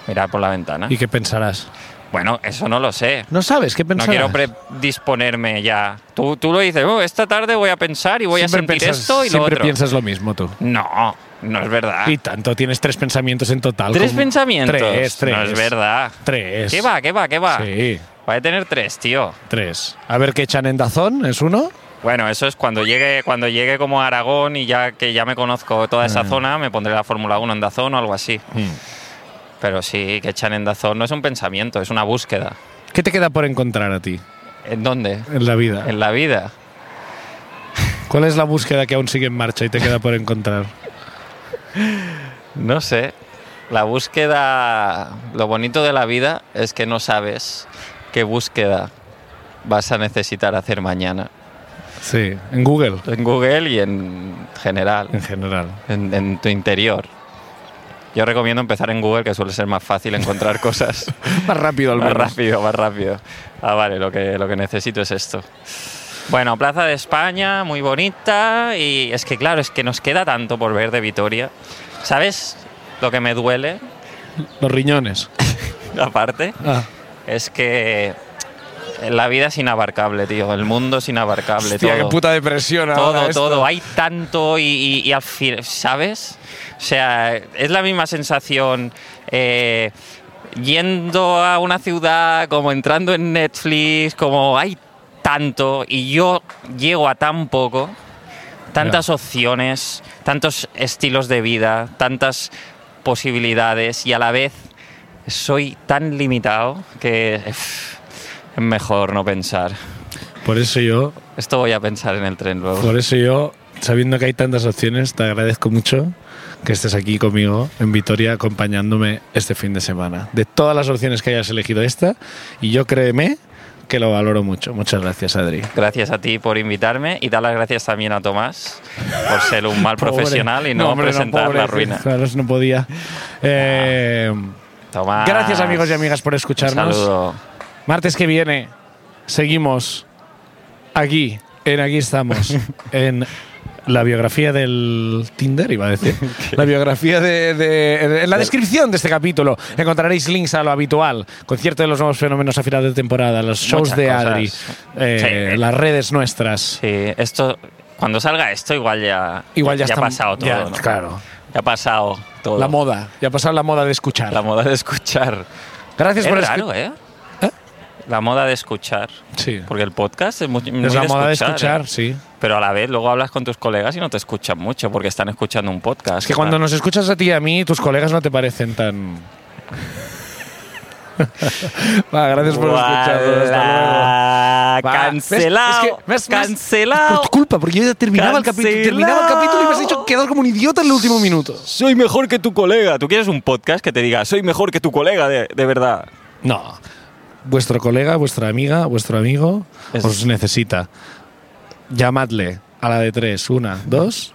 [SPEAKER 1] Mirar por la ventana.
[SPEAKER 2] ¿Y qué pensarás?
[SPEAKER 1] Bueno, eso no lo sé.
[SPEAKER 2] No sabes qué
[SPEAKER 1] No
[SPEAKER 2] pensarás.
[SPEAKER 1] quiero predisponerme ya. Tú, tú lo dices, "Oh, esta tarde voy a pensar y voy
[SPEAKER 2] Siempre
[SPEAKER 1] a sentir
[SPEAKER 2] piensas-
[SPEAKER 1] esto y lo
[SPEAKER 2] Siempre
[SPEAKER 1] otro.
[SPEAKER 2] piensas lo mismo tú.
[SPEAKER 1] No, no es verdad.
[SPEAKER 2] Y tanto, tienes tres pensamientos en total.
[SPEAKER 1] Ah. ¿Tres
[SPEAKER 2] como-
[SPEAKER 1] pensamientos?
[SPEAKER 2] Tres, tres.
[SPEAKER 1] No es verdad.
[SPEAKER 2] Tres.
[SPEAKER 1] ¿Qué va, qué va, qué va?
[SPEAKER 2] Sí,
[SPEAKER 1] Voy a tener tres, tío.
[SPEAKER 2] tres. A ver qué echan en Dazón, ¿es uno?
[SPEAKER 1] Bueno, eso es cuando llegue, cuando llegue como a Aragón y ya que ya me conozco toda
[SPEAKER 2] Mm.
[SPEAKER 1] esa zona, me pondré la Fórmula 1 en Dazón o algo así. Pero sí, que echan en Dazón no es un pensamiento, es una búsqueda.
[SPEAKER 2] ¿Qué te queda por encontrar a ti
[SPEAKER 1] ¿En dónde?
[SPEAKER 2] en la vida?
[SPEAKER 1] En la vida.
[SPEAKER 2] ¿Cuál es la búsqueda que aún sigue en marcha y te queda por encontrar?
[SPEAKER 1] No sé. La búsqueda, lo bonito de la vida es que no sabes qué búsqueda vas a necesitar hacer mañana.
[SPEAKER 2] Sí, en Google,
[SPEAKER 1] En Google y en general.
[SPEAKER 2] en general.
[SPEAKER 1] en, en tu interior. Yo recomiendo empezar en Google, que suele ser más fácil encontrar cosas.
[SPEAKER 2] Más rápido al
[SPEAKER 1] más
[SPEAKER 2] menos.
[SPEAKER 1] rápido, más rápido. Ah, vale, lo que, lo que necesito es esto. Bueno, Plaza de España, muy bonita. Y es que, claro, es que nos queda tanto por ver de Vitoria. ¿Sabes lo que me duele,
[SPEAKER 2] Los riñones.
[SPEAKER 1] aparte?
[SPEAKER 2] Ah,
[SPEAKER 1] Es que la vida es inabarcable, tío. El mundo es inabarcable.
[SPEAKER 2] hostia,
[SPEAKER 1] todo.
[SPEAKER 2] qué puta depresión ahora
[SPEAKER 1] Todo,
[SPEAKER 2] esto.
[SPEAKER 1] todo. Hay tanto y, y- y al fin, ¿sabes? O sea, es la misma sensación eh, yendo a una ciudad, como entrando en Netflix, como hay tanto y yo llego a tan poco, tantas opciones, tantos estilos de vida, tantas posibilidades y a la vez soy tan limitado que uf, es mejor no pensar.
[SPEAKER 2] Por eso yo,
[SPEAKER 1] Esto voy a pensar en el tren luego.
[SPEAKER 2] por eso yo, sabiendo que hay tantas opciones, te agradezco mucho que estés aquí conmigo en Vitoria acompañándome este fin de semana. De todas las opciones que hayas elegido esta, y yo créeme que lo valoro mucho. Muchas gracias, Adri.
[SPEAKER 1] Gracias a ti por invitarme y dar las gracias también a Tomás por ser un mal profesional
[SPEAKER 2] Pobre.
[SPEAKER 1] y no,
[SPEAKER 2] hombre,
[SPEAKER 1] presentar la
[SPEAKER 2] pobre,
[SPEAKER 1] ruina.
[SPEAKER 2] claro, no podía. Eh,
[SPEAKER 1] Tomás.
[SPEAKER 2] Gracias, amigos y amigas,
[SPEAKER 1] Ah.
[SPEAKER 2] por
[SPEAKER 1] Un
[SPEAKER 2] escucharnos.
[SPEAKER 1] saludo.
[SPEAKER 2] Martes que viene seguimos aquí, en aquí estamos, en la biografía del Tinder, iba a decir. La biografía de, de- de- En la descripción de este capítulo encontraréis links a lo habitual. Concierto de los nuevos fenómenos a final de temporada, los shows
[SPEAKER 1] Muchas
[SPEAKER 2] de
[SPEAKER 1] cosas.
[SPEAKER 2] Adri, eh,
[SPEAKER 1] Sí.
[SPEAKER 2] las redes nuestras.
[SPEAKER 1] Sí, esto, cuando salga esto, igual ya,
[SPEAKER 2] Igual ya,
[SPEAKER 1] ya
[SPEAKER 2] está-
[SPEAKER 1] ha pasado todo.
[SPEAKER 2] ya,
[SPEAKER 1] ¿no?
[SPEAKER 2] Claro.
[SPEAKER 1] Ya ha pasado todo.
[SPEAKER 2] La moda. Ya ha pasado la moda de escuchar.
[SPEAKER 1] La moda de escuchar.
[SPEAKER 2] Gracias
[SPEAKER 1] Es,
[SPEAKER 2] por escu-
[SPEAKER 1] raro, ¿eh? La moda de escuchar.
[SPEAKER 2] Sí.
[SPEAKER 1] Porque el podcast es muy, muy
[SPEAKER 2] Es la moda de
[SPEAKER 1] ¿eh?
[SPEAKER 2] escuchar, sí.
[SPEAKER 1] Pero a la vez luego hablas con tus colegas y no te escuchan mucho porque están escuchando un podcast.
[SPEAKER 2] Es que cuando
[SPEAKER 1] Claro.
[SPEAKER 2] nos escuchas a ti y a mí, tus colegas no te parecen tan. Va, gracias por escucharnos. Hasta
[SPEAKER 1] Guala,
[SPEAKER 2] luego. Va,
[SPEAKER 1] Cancelado.
[SPEAKER 2] ¿ves? Es que- ves, ves,
[SPEAKER 1] cancelado.
[SPEAKER 2] Por tu culpa, porque yo ya terminaba el capítulo.
[SPEAKER 1] Cancelado.
[SPEAKER 2] Terminaba el capítulo y me has hecho quedar como un idiota en el último minuto.
[SPEAKER 1] Soy mejor que tu colega. ¿Tú quieres un podcast que te diga soy mejor que tu colega de, de verdad?
[SPEAKER 2] No. Vuestro colega, vuestra amiga, vuestro amigo
[SPEAKER 1] Es-
[SPEAKER 2] os necesita. Llamadle a la de tres. Una, dos.